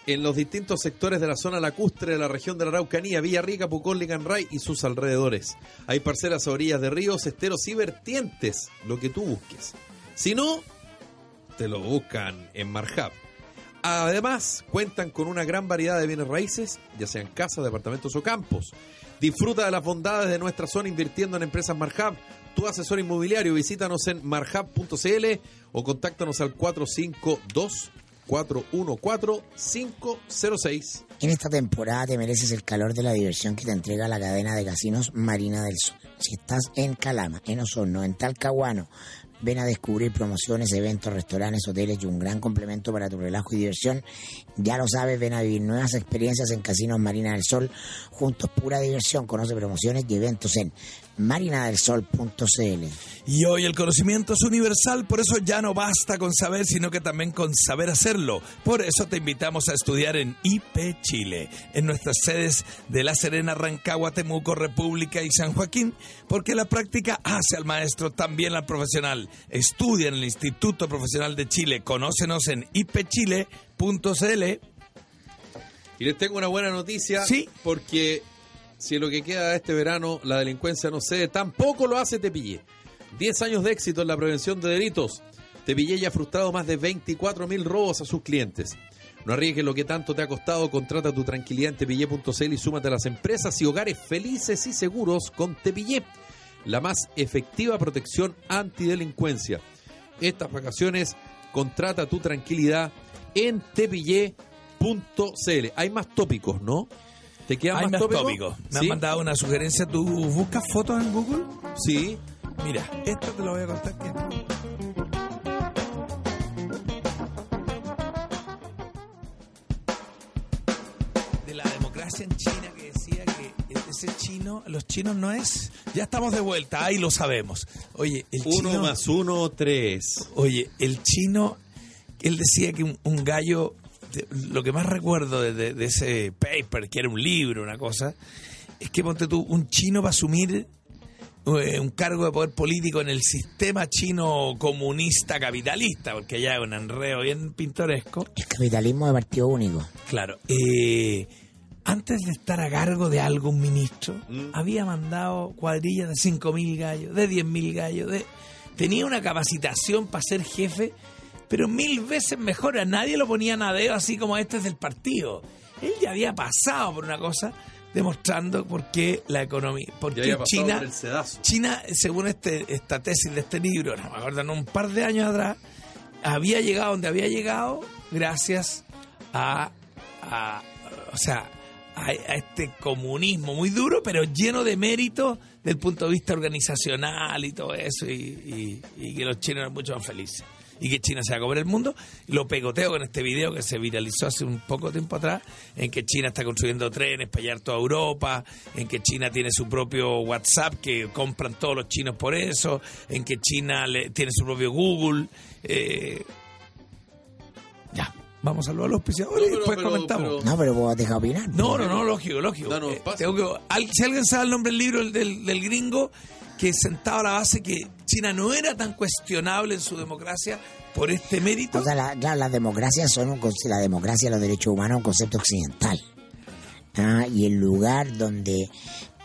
en los distintos sectores de la zona lacustre de la región de la Araucanía, Villarrica, Pucón, Licanray y sus alrededores. Hay parcelas a orillas de ríos, esteros y vertientes, lo que tú busques. Si no, te lo buscan en Marjab. Además, cuentan con una gran variedad de bienes raíces, ya sean casas, departamentos o campos. Disfruta de las bondades de nuestra zona invirtiendo en empresas Marhab. Tu asesor inmobiliario, visítanos en marhab.cl o contáctanos al 452 414 506.
En esta temporada te mereces el calor de la diversión que te entrega la cadena de casinos Marina del Sur. Si estás en Calama, en Osorno, en Talcahuano, ven a descubrir promociones, eventos, restaurantes, hoteles y un gran complemento para tu relajo y diversión. Ya lo sabes, ven a vivir nuevas experiencias en Casinos Marina del Sol. Juntos, pura diversión. Conoce promociones y eventos en marinadelsol.cl.
Y hoy el conocimiento es universal, por eso ya no basta con saber, sino que también con saber hacerlo. Por eso te invitamos a estudiar en IP Chile, en nuestras sedes de La Serena, Rancagua, Temuco, República y San Joaquín, porque la práctica hace al maestro, también al profesional. Estudia en el Instituto Profesional de Chile, conócenos en ipchile.cl.
Y les tengo una buena noticia.
Sí.
Porque si lo que queda de este verano, la delincuencia no cede, tampoco lo hace Tepillé. 10 años de éxito en la prevención de delitos. Tepillé ya ha frustrado más de 24 mil robos a sus clientes. No arriesgues lo que tanto te ha costado. Contrata tu tranquilidad en tepillé.cl y súmate a las empresas y hogares felices y seguros con Tepillé. La más efectiva protección antidelincuencia. Estas vacaciones, contrata tu tranquilidad en tepillé.cl. Hay más tópicos, ¿no? ¿Te quedan
Hay
más,
más
tópicos?
tópicos. Me
¿Sí?
han mandado una sugerencia. ¿Tú buscas fotos en Google?
Sí.
Mira, esto te lo voy a contar que... de la democracia en China que decía que ese chino, los chinos no es. Ya estamos de vuelta, ahí lo sabemos. Oye, el
Uno
chino.
más uno, tres.
Oye, el chino, él decía que un, un gallo, de- lo que más recuerdo de, de- de ese paper, que era un libro, una cosa, es que ponte tú, un chino va a asumir eh, un cargo de poder político en el sistema chino comunista capitalista, porque ya es un enreo bien pintoresco.
El capitalismo de partido único.
Claro. eh, antes de estar a cargo de algo un ministro,
Mm.
había mandado cuadrillas de 5.000 gallos, de 10.000 gallos. De... Tenía una capacitación para ser jefe, pero mil veces mejor. A nadie lo ponían a dedo así como este es del partido. Él ya había pasado por una cosa demostrando por qué la economía, por
Ya
qué
había pasado
China...
por el sedazo.
China, según este, esta tesis de este libro, no me acuerdo, en un par de años atrás, había llegado donde había llegado gracias a, a- o sea, a, a este comunismo muy duro, pero lleno de mérito del punto de vista organizacional y todo eso, y, y- y que los chinos eran mucho más felices. Y que China se va a comer el mundo. Lo pegoteo con este video que se viralizó hace un poco tiempo atrás, en que China está construyendo trenes para llegar toda Europa, en que China tiene su propio WhatsApp que compran todos los chinos por eso, en que China le- tiene su propio Google. eh, ya, vamos a saludar a los auspiciadores
No,
y
pero-
después
pero-
comentamos.
pero-
No, pero vos deja opinar.
No, no, no, lógico, lógico.
Danos
Eh,
paso.
tengo que- al- si alguien sabe el nombre del libro el del, del gringo, que sentaba la base que China no era tan cuestionable en su democracia por este mérito.
O sea, la, claro, las democracias son un conce- la democracia, los derechos humanos, un concepto occidental. Ah, y el lugar donde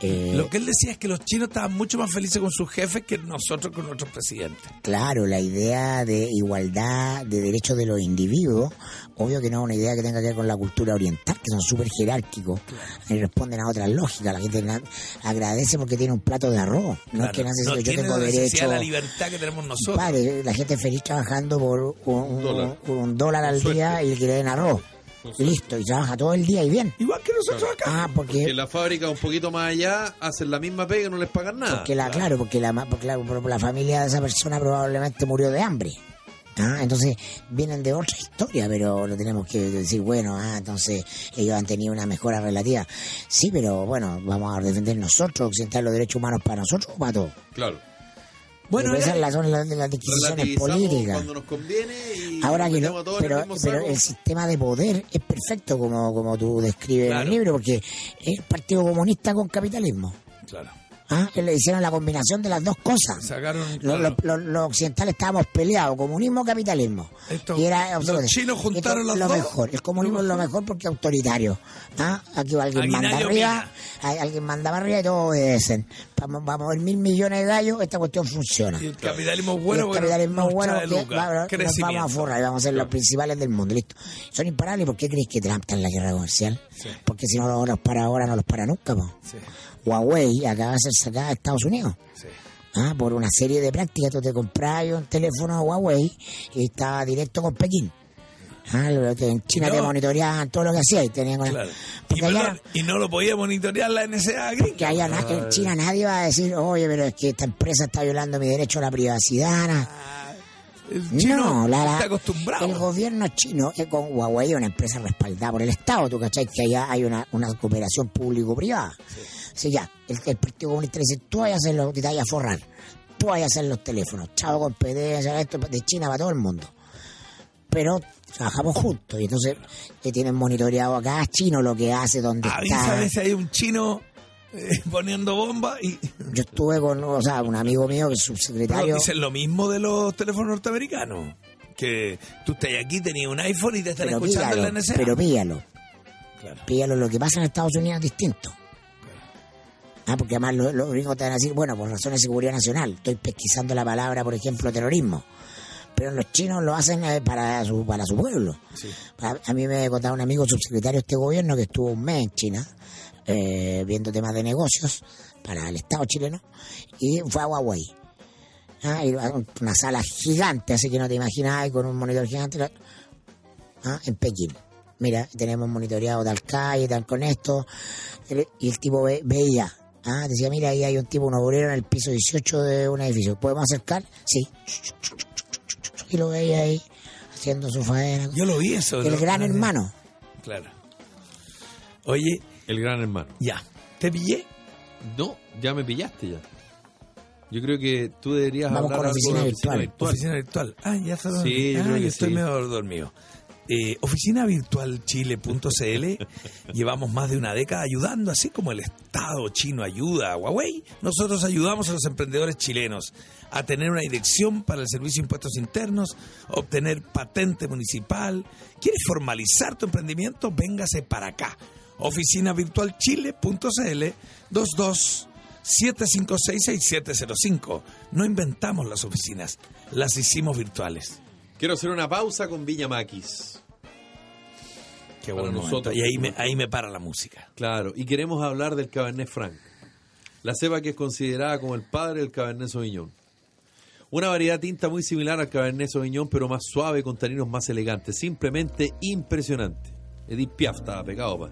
eh,
Lo que él decía es que los chinos estaban mucho más felices con sus jefes que nosotros con nuestros presidentes.
Claro, la idea de igualdad de derechos de los individuos, obvio que no es una idea que tenga que ver con la cultura oriental, que son súper jerárquicos y responden a otras lógicas. La gente na- agradece porque tiene un plato de arroz, no es
Claro,
que no
no
yo
tienen
tengo
la necesidad
derecho.
de la libertad que tenemos nosotros.
Padre, la gente feliz trabajando por un, un-
dólar.
un dólar al día y que le den arroz. Listo, y trabaja todo el día y bien.
Igual que nosotros acá.
Ah, porque
Que en la fábrica un poquito más allá hacen la misma pega y no les pagan nada.
Porque la, claro, porque la, ma- porque la, por la familia de esa persona probablemente murió de hambre. Ah, entonces vienen de otra historia, pero lo tenemos que decir, bueno, ah, entonces ellos han tenido una mejora relativa. Sí, pero bueno, vamos a defender nosotros, occidental, los derechos humanos para nosotros o para todos.
Claro.
Bueno,
Porque
era-
esas la- son las, las disquisiciones
Relativizamos
políticas.
cuando nos conviene y
Ahora que
metemos
no,
a todos en
pero,
el mismo
pero
saco.
el sistema de poder es perfecto como, como tú describes en
Claro.
el libro, porque es Partido Comunista con capitalismo.
claro,
Ah, le hicieron la combinación de las dos cosas.
sacaron
Los,
claro,
los- los- los occidentales estábamos peleados, comunismo, capitalismo.
Esto-
y era
los
absoluto.
chinos juntaron
Esto es
las
lo
dos.
mejor. El comunismo es lo mejor porque es autoritario. ¿Ah? Aquí alguien
Aquí
manda
nadie
arriba, hay- alguien manda para arriba y todos obedecen. Vamos, vamos a ver mil millones de gallos, esta cuestión funciona.
y el capitalismo es
Y
bueno
el
porque
capitalismo
nos
es bueno
trae
porque
lucas,
va- nos vamos a
crecimiento.
forrar y vamos a ser los principales del mundo. Listo. Son imparables. ¿Por qué crees que Trump está en la guerra comercial?
Sí.
Porque si no los para ahora, no los para nunca. po.
Sí,
Huawei acaba de ser sacada de Estados Unidos.
sí.
Ah, por una serie de prácticas, tú te comprabas un teléfono Huawei y estaba directo con Pekín. Ah, lo que en China
No.
te monitoreaban todo lo que hacías y tenían una-
Claro. Y,
Porque allá,
perdón, y no lo podía monitorear la NSA
que
gringa.
allá na- en China nadie va a decir, oye, pero es que esta empresa está violando mi derecho a la privacidad. na".
El chino
no, la- la-
está
El
acostumbrado.
gobierno chino, eh, con Huawei, es una empresa respaldada por el Estado, tú cachai que allá hay una, una cooperación público-privada. Sí, ya, el, el Partido Comunista dice, tú vas a hacer los, te vas a forrar, tú vas a hacer los teléfonos, chao competencia, esto de China para todo el mundo. Pero trabajamos juntos y entonces eh, tienen monitoreado a cada chino lo que hace, dónde está.
Avísame si hay un chino eh, poniendo bomba y
Yo estuve con, o sea, un amigo mío que es
Pero
subsecretario...
dicen lo mismo de los teléfonos norteamericanos. Que tú estás aquí, tenías un iPhone y te están
Pero
escuchando
píllalo,
en la NSA.
pero píllalo,
Claro.
píllalo, lo que pasa en Estados Unidos es distinto. Ah, porque además lo- los, gringos te van a decir, bueno, por razones de seguridad nacional, estoy pesquisando la palabra, por ejemplo, terrorismo. Pero los chinos lo hacen eh, para su, para su pueblo.
Sí.
A, a mí me contaba un amigo subsecretario de este gobierno que estuvo un mes en China eh, viendo temas de negocios para el Estado chileno y fue a Huawei. Ah, y a un- una sala gigante, así que no te imaginas, ahí con un monitor gigante la- ah, en Pekín. Mira, tenemos monitoreado tal calle, tal con esto. El- Y el tipo ve- veía, ah, decía, mira, ahí hay un tipo, un obrero en el piso 18 de un edificio. ¿Podemos acercar? Sí. Y lo veía ahí haciendo su faena.
Yo lo vi eso.
El
¿no?
gran hermano.
Claro. Oye,
El gran hermano.
ya. ¿Te pillé?
No, ya me pillaste ya. Yo creo que tú deberías
Vamos
hablar
con
algo de
oficina virtual.
Oficina virtual. Ah, ya está dormido.
Sí, yo
Ah,
creo que
yo estoy
sí.
medio dormido. Eh, oficina virtual chile.cl llevamos más de una década ayudando así como el Estado chino ayuda a Huawei nosotros ayudamos a los emprendedores chilenos a tener una dirección para el servicio de impuestos internos obtener patente municipal ¿quieres formalizar tu emprendimiento? véngase para acá oficina virtual chile.cl 22 756-6705. No inventamos las oficinas, las hicimos virtuales.
Quiero hacer una pausa con Viña Maquis.
Qué
Para
bueno
nosotros.
Y ahí me, ahí me para la música.
Claro, y queremos hablar del Cabernet Franc. La cepa que es considerada como el padre del Cabernet Sauvignon. Una variedad tinta muy similar al Cabernet Sauvignon, pero más suave, con taninos más elegantes. Simplemente impresionante. Edith Piaf estaba pegado. pa.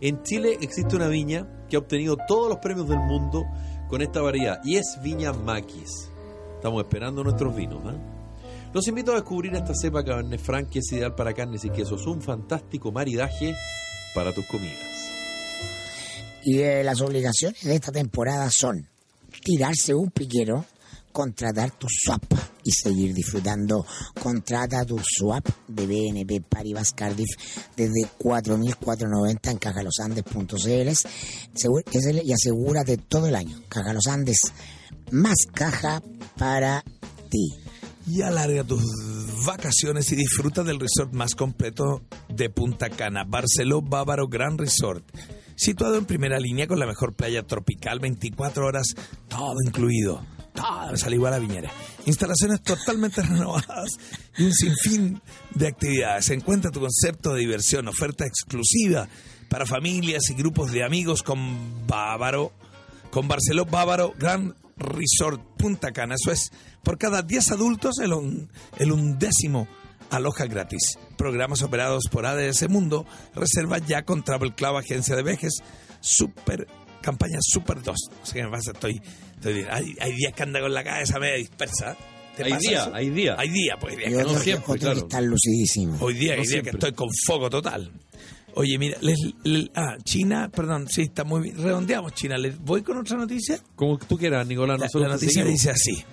En Chile existe una viña que ha obtenido todos los premios del mundo con esta variedad, y es Viña Maquis. Estamos esperando nuestros vinos. ¿ah? Los invito a descubrir esta cepa Cabernet Franc que es ideal para carnes y quesos. Un fantástico maridaje para tus comidas.
Y eh, las obligaciones de esta temporada son tirarse un piquero, contratar tu swap y seguir disfrutando. Contrata tu swap de BNP Paribas Cardiff desde 4.490 en cajalosandes.cl Segu- SL y asegúrate todo el año. Caja Los Andes, más caja para ti.
Y alarga tus vacaciones y disfruta del resort más completo de Punta Cana, Barceló Bávaro Gran Resort. situado en primera línea con la mejor playa tropical, 24 horas, todo incluido. Todo, al igual a Viñera. Instalaciones totalmente renovadas y un sinfín de actividades. Encuentra tu concepto de diversión, oferta exclusiva para familias y grupos de amigos con Bávaro con Barceló Bávaro Gran Resort Punta Cana. Eso es, por cada 10 adultos, el, un- el undécimo aloja gratis. Programas operados por ADS Mundo. Reserva ya con Travel Club, Agencia de Vejes. Super, campaña Super 2. No sé qué me pasa, estoy, estoy bien. Hay, hay días que anda con la cabeza media dispersa. ¿Te
Hay
pasa
día,
eso?
hay día.
Hay día, pues. hay días
Y
que
otros
no siempre,
otros que
claro.
están lucidísimos.
Hoy
No
día, hoy día que
siempre.
estoy con foco total. Oye, mira, les, les- ah, China, perdón, sí, está muy bien. Redondeamos China. ¿Les voy con otra noticia?
Como tú quieras, Nicolás.
La,
Nosotros
la
te
noticia
seguimos.
dice así.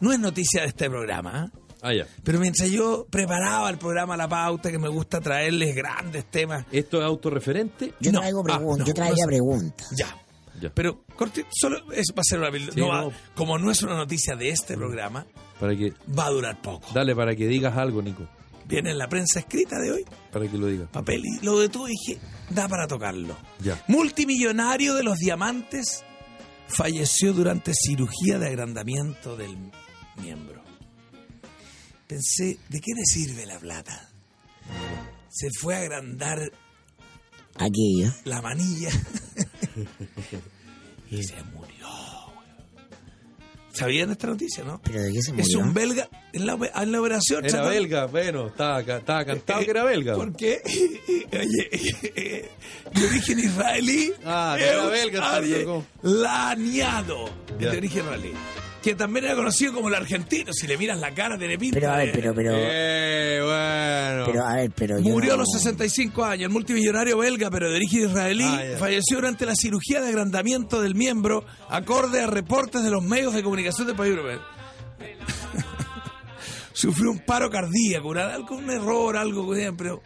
No es noticia de este programa, ¿ah?
Ah, ya.
pero mientras yo preparaba el programa La Pauta, que me gusta traerles grandes temas,
¿Esto es autorreferente?
Yo
No,
traigo
ah,
preguntas,
no,
yo traía
no sé.
preguntas.
ya.
Ya.
Pero corti- solo es, va a ser una... vil-
Sí,
no va-
no.
Como no es una noticia de este programa,
Para que,
va a durar poco.
dale, para que digas algo, Nico.
Viene en la prensa escrita de hoy,
Para que lo digas.
papel, y lo de tú dije, da para tocarlo.
Ya.
Multimillonario de los diamantes falleció durante cirugía de agrandamiento del miembro. Pensé, ¿de qué le sirve la plata? Se fue a agrandar
Aquello.
la manilla y se murió. weón. ¿Sabían esta noticia, no?
¿Pero de qué se
Es
murió?
un belga en la, en la operación.
Era
trató-
belga, bueno, estaba, ca- estaba cantado
Eh,
que era belga.
Porque, oye, de origen israelí.
Ah, que era
Eus
belga,
Arie
Santiago.
Laniado,
Ya.
de origen israelí. Que también era conocido como el argentino. Si le miras la cara, tiene pinta.
Pero a ver,
de-
pero, pero,
Eh, bueno.
pero, a ver, pero yo
Murió a
no-
los 65 años, el multimillonario belga, pero de origen israelí,
Ah, ya.
falleció durante la cirugía de agrandamiento del miembro, acorde a reportes de los medios de comunicación del país europeo. Sufrió un paro cardíaco, un- algo, un error, algo, weón, pero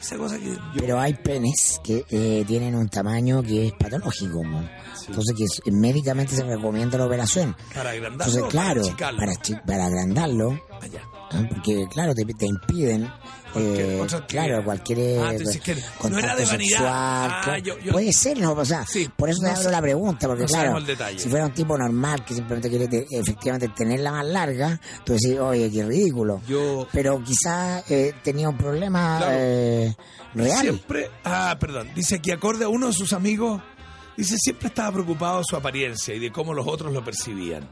esa cosa que...
Pero hay penes que eh, tienen un tamaño que es patológico. ¿no? Entonces, que es- eh, médicamente se recomienda la operación.
Para agrandarlo,
Entonces, claro,
para achicarlo.
para, chi- para agrandarlo,
Allá.
¿eh? porque, claro, te, te impiden. eh,
otra actividad.
claro, cualquier
Ah,
eh,
tú dices que no
contacto
era de vanidad.
sexual,
Ah,
claro.
yo- yo-
puede ser, no, o sea,
Sí,
por eso te
no
abro
sé.
la pregunta, porque
No
claro,
sabemos el detalle.
si fuera un tipo normal que simplemente quiere te- efectivamente tenerla más larga, tú decís, oye, qué ridículo,
Yo,
pero quizás tenía un problema
Claro.
eh, real.
Siempre, ah, perdón, dice aquí acorde a uno de sus amigos, dice siempre estaba preocupado de su apariencia y de cómo los otros lo percibían.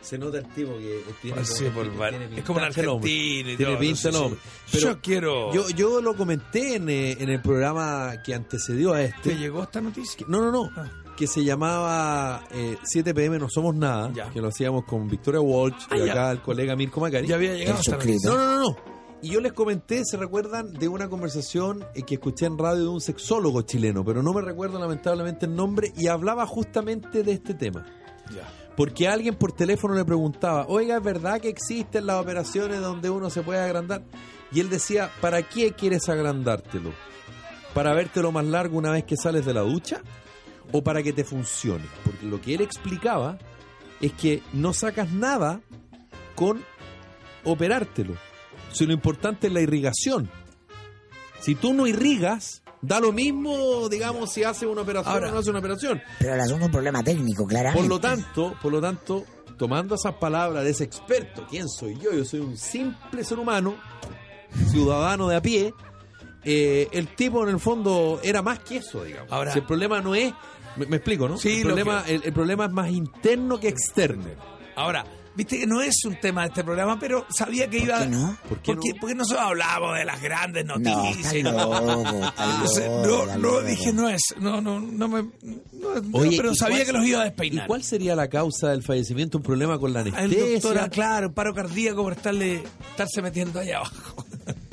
Se nota el tipo que tiene
Así
pues, como-
por
tiene
bar-
pinta
es como un
de ser hombre.
argentino y
Tiene
todo,
pinta
no sé,
de hombre.
sí.
Pero
Yo quiero-
Yo, yo lo comenté en, eh, en el programa que antecedió a
¿Te
este.
llegó esta noticia?
que- no, no, no.
Ah.
Que se llamaba eh, 7 pm No Somos Nada.
Ya.
Que lo hacíamos con Victoria Walsh
Ah,
y
ya.
acá el colega Mirko Macari.
Ya había llegado
El
esta
suscrito.
noticia.
No, no, no, no. Y yo les comenté, ¿se recuerdan de una conversación eh, que escuché en radio de un sexólogo chileno? Pero no me recuerdo lamentablemente el nombre y hablaba justamente de este tema.
Ya.
Porque alguien por teléfono le preguntaba, oiga, ¿es verdad que existen las operaciones donde uno se puede agrandar? Y él decía, ¿para qué quieres agrandártelo? ¿Para vértelo más largo una vez que sales de la ducha? ¿O para que te funcione? Porque lo que él explicaba es que no sacas nada con operártelo. Si lo importante es la irrigación. Si tú no irrigas, da lo mismo, digamos, si hace una operación
Ahora-
o no hace una operación.
Pero el asunto es un problema técnico, claramente.
Por lo tanto, por lo tanto, tomando esas palabras de ese experto, ¿quién soy yo? Yo soy un simple ser humano, ciudadano de a pie. eh, el tipo en el fondo era más que eso, digamos.
Ahora-
Si el problema no es, me, me explico, ¿no?
Sí,
el
lo
problema, el, el problema es más interno que externo.
Ahora, viste que no es un tema de este programa, pero sabía que
¿Por
iba...
qué no?
¿Por qué
Porque,
no?
porque nosotros hablábamos de las grandes
No, está
noticias.
loco, está
Entonces,
loco,
no,
está
no
loco.
dije no es, no, no, no me, no, no,
Oye,
pero
¿y
sabía
cuál-
que los iba a
¿Y
despeinar.
cuál sería la causa del fallecimiento? ¿Un problema con la
El
anestesia?
doctor, ah, claro, paro cardíaco por estarle, estarse metiendo allá abajo.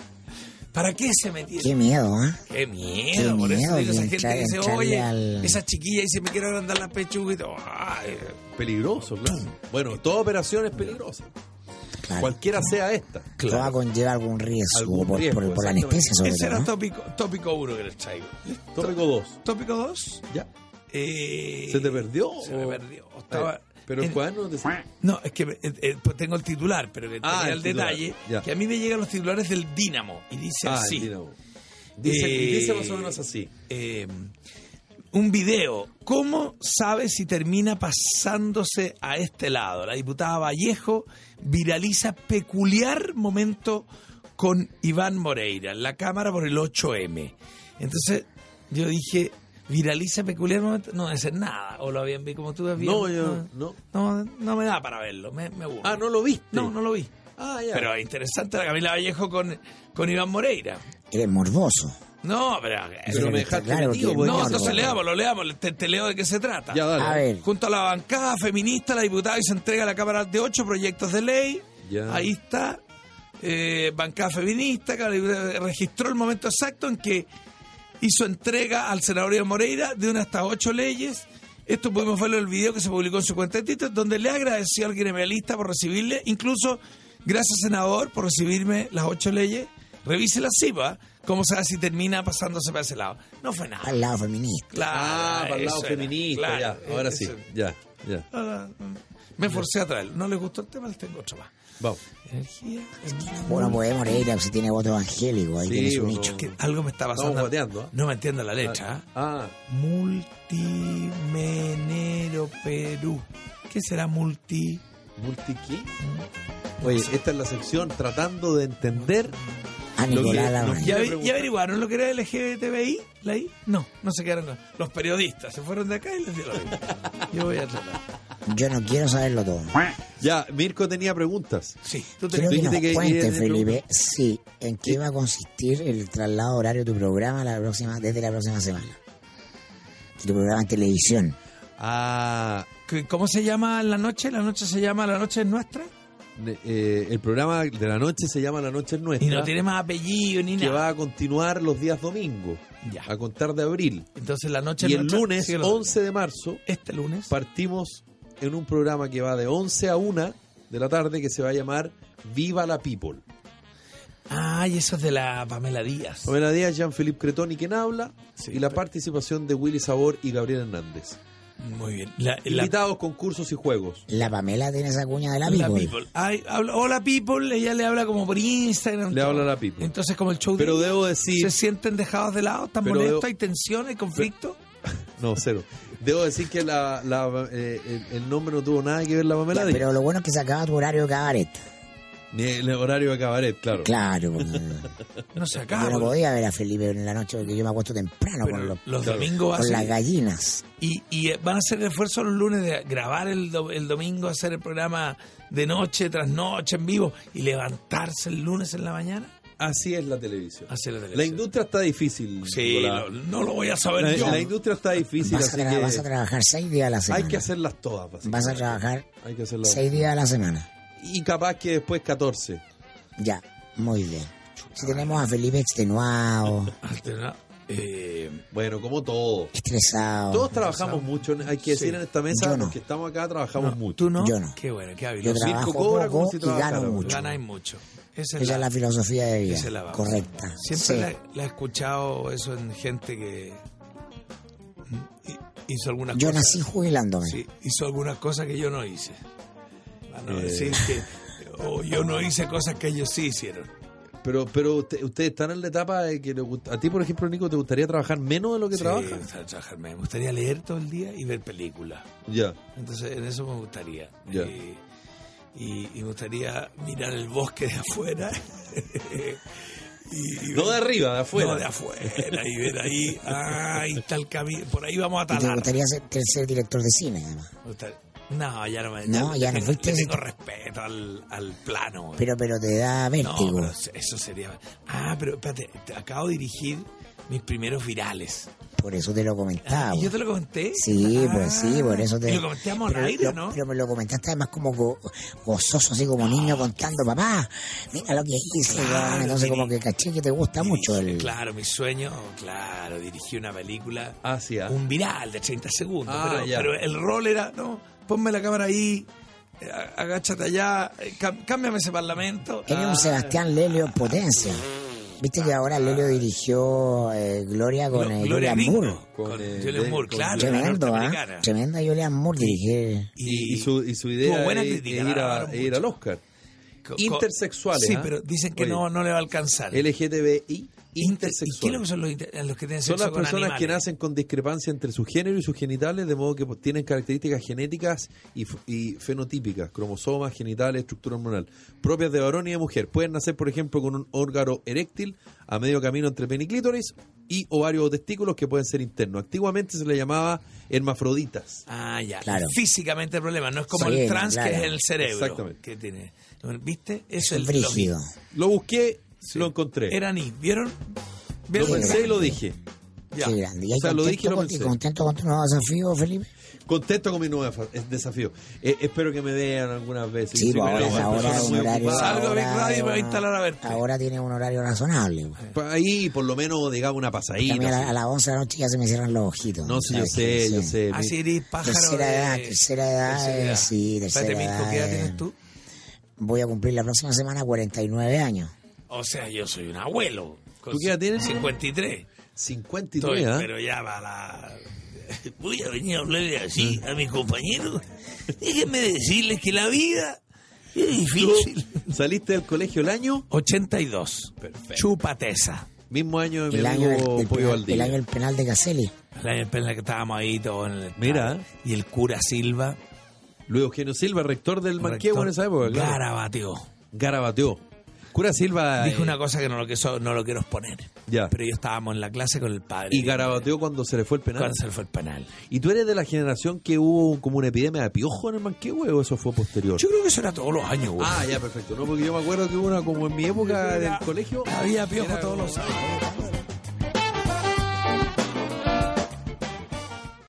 ¿Para qué se
Qué
metieron?
miedo, ¿eh?
Qué miedo,
Qué
por eso
miedo,
digo, esa
bien,
gente
claro,
dice,
entrarle
oye,
al-
esa chiquilla dice, me quiero agrandar las pechugas y todo. Ay,
Peligroso, claro. Bueno, toda operación es peligrosa.
Claro.
Cualquiera sea esta.
Todo va a conllevar algún riesgo,
Algún
por,
riesgo,
por- por la
exactamente.
anestesia sobre
ese
todo.
era
¿no?
tópico, tópico uno que les traigo.
Tópico 2.
Tópico dos,
Ya.
eh,
¿Se te perdió?
Se me
o-
perdió. Estaba-
Pero el
en-
cuaderno te-
No, es que eh, eh, pues tengo el titular, pero que
Ah,
tenía el,
el titular,
detalle,
ya.
que a mí me llegan los titulares del Dínamo y dice
Ah,
así.
mira vos. Dice,
Eh,
dice más o menos así.
eh, un video. ¿Cómo sabe si termina pasándose a este lado? La diputada Vallejo viraliza peculiar momento con Iván Moreira en la Cámara por el 8M. Entonces yo dije, viraliza peculiar momento. No debe ser nada. O lo habían visto como tú habías
No, yo- no.
no, no me da para verlo. Me, me aburre.
Ah, ¿no lo viste?
No, no lo vi.
Ah, ya.
Pero interesante la Camila Vallejo con, con Iván Moreira.
Eres morboso.
No, pero...
Pero me dejaste
Claro,
metido,
que-
pues,
No,
Claro,
entonces
claro.
leamos, lo leamos, te, te leo de qué se trata.
Ya, dale.
A ver.
Junto a la bancada feminista, la diputada que se entrega a la Cámara de ocho proyectos de ley.
Ya.
Ahí está. eh, bancada feminista, que registró el momento exacto en que hizo entrega al senador Iván Moreira de una de estas ocho leyes. Esto pudimos verlo en el video que se publicó en su cuenta de Twitter, donde le agradeció al gremialista por recibirle, incluso gracias senador por recibirme las ocho leyes. Revise la CIPA, ¿eh? cómo sabe si termina pasándose para ese lado. No fue nada.
Al lado feminista.
Claro,
Ah, para el lado
eso era,
feminista,
claro,
ya. Ahora
eso.
sí, ya, ya.
Ahora, mm, Me forcé a traerlo. No les gustó el tema, les tengo otro más.
Vamos. Ah,
Energía.
Bueno, puede Moreira si tiene voto evangélico, ahí
Sí,
tiene su
bueno.
nicho.
Que algo me está pasando.
Estamos guateando, ¿ah?
No me entiendo la letra. ¿ah?
Ah,
Multimenero Perú. ¿Qué será multi?
multiquí. Oye, esta es la sección tratando de entender.
A
Lo que-
Nicolás
lo que-
Larraín.
¿Ya,
le
vi-
pregunto.
ya averiguaron lo que era LGBTI? ¿La I? No, no se quedaron con. Los periodistas se fueron de acá y les dieron la I. Yo voy a tratar.
Yo no quiero saberlo todo.
Ya, Mirko tenía preguntas.
Sí, tú
Quiero
tenés.
que nos
dijiste que-
cuentes,
y-
Felipe, sí, en qué va a consistir el traslado horario de tu programa la próxima, desde la próxima semana. De tu programa en televisión.
Ah,
¿Cómo se llama la noche? ¿La noche se llama La Noche es Nuestra?
ne- eh, el programa de la noche se llama La Noche es Nuestra.
Y no tiene más apellido ni
que
nada.
va a continuar los días domingos,
Ya.
a contar de abril.
Entonces la noche
Y
es
el
nuestra,
lunes,
sigue lo-
11 de marzo,
este lunes
partimos en un programa que va de 11 a 1 de la tarde que se va a llamar Viva la People.
Ah, y eso es de la Pamela Díaz.
Pamela Díaz, Jean-Philippe Cretoni quien habla
Sí,
y la
pero-
participación de Willy Sabor y Gabriel Hernández.
Muy bien. La, la-
Invitados, concursos y juegos.
La Pamela tiene esa cuña de la
la
People.
People. Ay, habla- hola People, ella le habla como por Instagram.
Le
todo.
habla la People.
Entonces como el show de-
Pero debo decir,
se sienten dejados de lado, están
Pero
molestos,
debo-
hay tensión, hay conflicto.
no, cero. Debo decir que la, la- eh, el, el nombre no tuvo nada que ver la Pamela
Ya,
Díaz.
pero lo bueno es que se acaba tu horario de cabaret.
Ni el horario de cabaret, claro.
Claro, porque yo
No se acaba.
no podía ver a Felipe en la noche porque yo me acuesto temprano
pero
con, los,
los, domingos va a
con
ser-
las gallinas.
y, y, eh, van a hacer el esfuerzo los lunes de grabar el, do- el domingo, hacer el programa de noche tras noche en vivo y levantarse el lunes en la mañana.
Así es la televisión.
Hacer la
La
televisión.
industria está difícil.
Sí,
Nicolás.
lo- no lo voy a saber
La,
yo.
la industria está difícil,
Vas a,
así
tra-
que
vas a trabajar seis días a la semana.
hay que hacerlas todas. básicamente.
Vas a trabajar
Hay que hacerlas
seis días a la semana.
Y capaz que después 14.
Ya, muy bien. Si tenemos a Felipe extenuado,
Alterna- eh,
Bueno, como todo.
estresado.
Todos trabajamos mucho, hay que decir
Sí.
en esta mesa,
Yo no.
los que estamos acá trabajamos
no,
mucho.
¿Tú no?
Yo no.
Qué bueno, qué
Yo
habilidad.
trabajo
cobra como
poco
si
y
trabajara,
gano
pero
mucho.
Ganáis mucho. Esa es
Esa es
la,
la filosofía de
esa es la
vida.
base.
Correcta.
Siempre
Sí.
la, la he escuchado eso en gente que hi- hizo algunas
Yo
cosas.
nací jubilándome.
sí, hizo algunas cosas que yo no hice. Para no
Eh.
decir que o yo no hice cosas que ellos sí hicieron.
Pero, pero usted- ustedes están en la etapa de que le gusta- a ti, por ejemplo, Nico, ¿te gustaría trabajar menos de lo que
Sí,
trabajas?
o sea, trabajar. Me gustaría leer todo el día y ver películas.
Ya.
Entonces, en eso me gustaría.
Ya.
Eh, y, y me gustaría mirar el bosque de afuera. y, y
No de
ver-
arriba, de afuera.
No, de afuera. Y ver ahí, ah, ahí está el camino. Por ahí vamos a
Y te
talar.
gustaría ser, ter- ser director de cine, además.
Me gusta- No, ya no me
No, ya no
le-
fuiste
le
ese-
tengo respeto al, al plano. güey.
Pero, este, pero te da
no,
vértigo.
pero eso sería. Ah, pero espérate, te acabo de dirigir mis primeros virales.
Por eso te lo comentaba.
¿Y yo te lo comenté?
Ah, Sí,
Ah,
pues sí, por eso te.
y lo comentamos al
pero
aire,
lo-
¿no?
Pero me lo comentaste además como go- gozoso, así como niño contando, papá, mira lo que hice.
Claro,
weón". Entonces,
tiene-
como que caché que te gusta mucho
Dirige-
el.
Claro, mi sueño, claro, dirigí una película,
Ah, sí, ah.
un viral de 30 segundos,
Ah,
pero,
ya.
pero el rol era, no, ponme la cámara ahí, eh, agáchate allá, eh, cam- cámbiame ese parlamento.
Eres un
Ah,
Sebastián Lelio en potencia. Viste que ahora Lelio dirigió eh, Gloria con
Glo-
eh,
Gloria
Julian Moore.
Ringo, con,
Con, eh,
Julian
de-
Moore,
con-
claro, la
Tremendo, ¿ah?
norteamericana.
Tremenda Julian Moore dirigir.
Y, y su, y su idea
tuvo buena
es,
crítica,
es ir
la
a,
alabaron
es ir
mucho.
al Oscar.
Co- co-
Intersexuales.
Sí,
¿ah?
pero dicen que
Oye,
no, no le va a alcanzar.
LGTBI. intersexuales.
¿Y qué es lo que son los, inter- los que tienen
Son
sexo
las
con
personas que
animales?
nacen con discrepancia entre su género y sus genitales, de modo que pues, tienen características genéticas y, f- y fenotípicas, cromosomas, genitales, estructura hormonal, propias de varón y de mujer. Pueden nacer, por ejemplo, con un órgano eréctil a medio camino entre peniclítoris y ovarios o testículos que pueden ser internos. Antiguamente se le llamaba hermafroditas.
Ah, ya.
Claro.
Físicamente el problema, no es como
Sí,
el trans
claro.
que es el cerebro.
Exactamente.
Que tiene. ¿Viste? Eso
Es
es lo-
brígido.
Lo busqué, lo encontré.
Era ni. ¿Vieron?
lo
¿Vieron?
pensé y lo dije.
Ya.
Qué grande. ¿Y
O sea, lo dije y lo
contento,
pensé.
con, contento con tu nuevo desafío, Felipe?
Contento con mi nuevo fa- eh, desafío. Eh, espero que me vean algunas veces.
Sí,
Yo soy
pues ahora
una
es ahora
persona
es un
muy
horario.
ocupada.
Salgo a Big
ahora
Radio y
es
me voy a
una-
instalar a verte.
Ahora tiene un horario razonable. güey.
Pa- Ahí, por lo menos, digamos, una
Porque
pasadita.
a mí a,
sí.
la- a las 11 de la noche ya se me cierran los ojitos.
No, sí, yo
¿sabes qué?
sé, yo
Sí.
sé. Eh, Mi-
Así eres pájaro.
Tercera
de-
edad, tercera edad, eh, sí, tercera
Espérate, Mirko,
edad,
¿qué edad
eh.
tienes tú?
Voy a cumplir la próxima semana 49 años.
O sea, yo soy un abuelo. Con
¿Tú qué edad tienes?
53.
53,
Estoy,
¿ah?
pero ya va la... Voy a venir a hablarle así a mis compañeros. Déjenme decirles que la vida es difícil.
Tú saliste del colegio el año,
82.
Perfecto.
Chupateza.
mismo año de mi
El año del,
amigo
del
Pollo
penal, el
Valdivia.
año del penal de Caselli.
El año en la que estábamos ahí todos en el...
Mira.
Y el cura Silva.
Luis Eugenio Silva, rector del Manquehue
rector,
en esa época, claro.
Garabateó.
Garabateó. Cura Silva.
Dijo
eh,
una cosa que no lo, quiso, no lo quiero exponer.
Ya.
Pero yo estábamos en la clase con el padre.
Y garabateó cuando se le fue el penal.
Cuando se fue el penal.
¿Y tú eres de la generación que hubo como una epidemia de piojo en el Manquehue o eso fue posterior?
Yo creo que eso era todos los años, güey.
Ah, ya, perfecto. No, porque yo me acuerdo que hubo una como en mi época del colegio.
Había piojo todos los años.
Oye,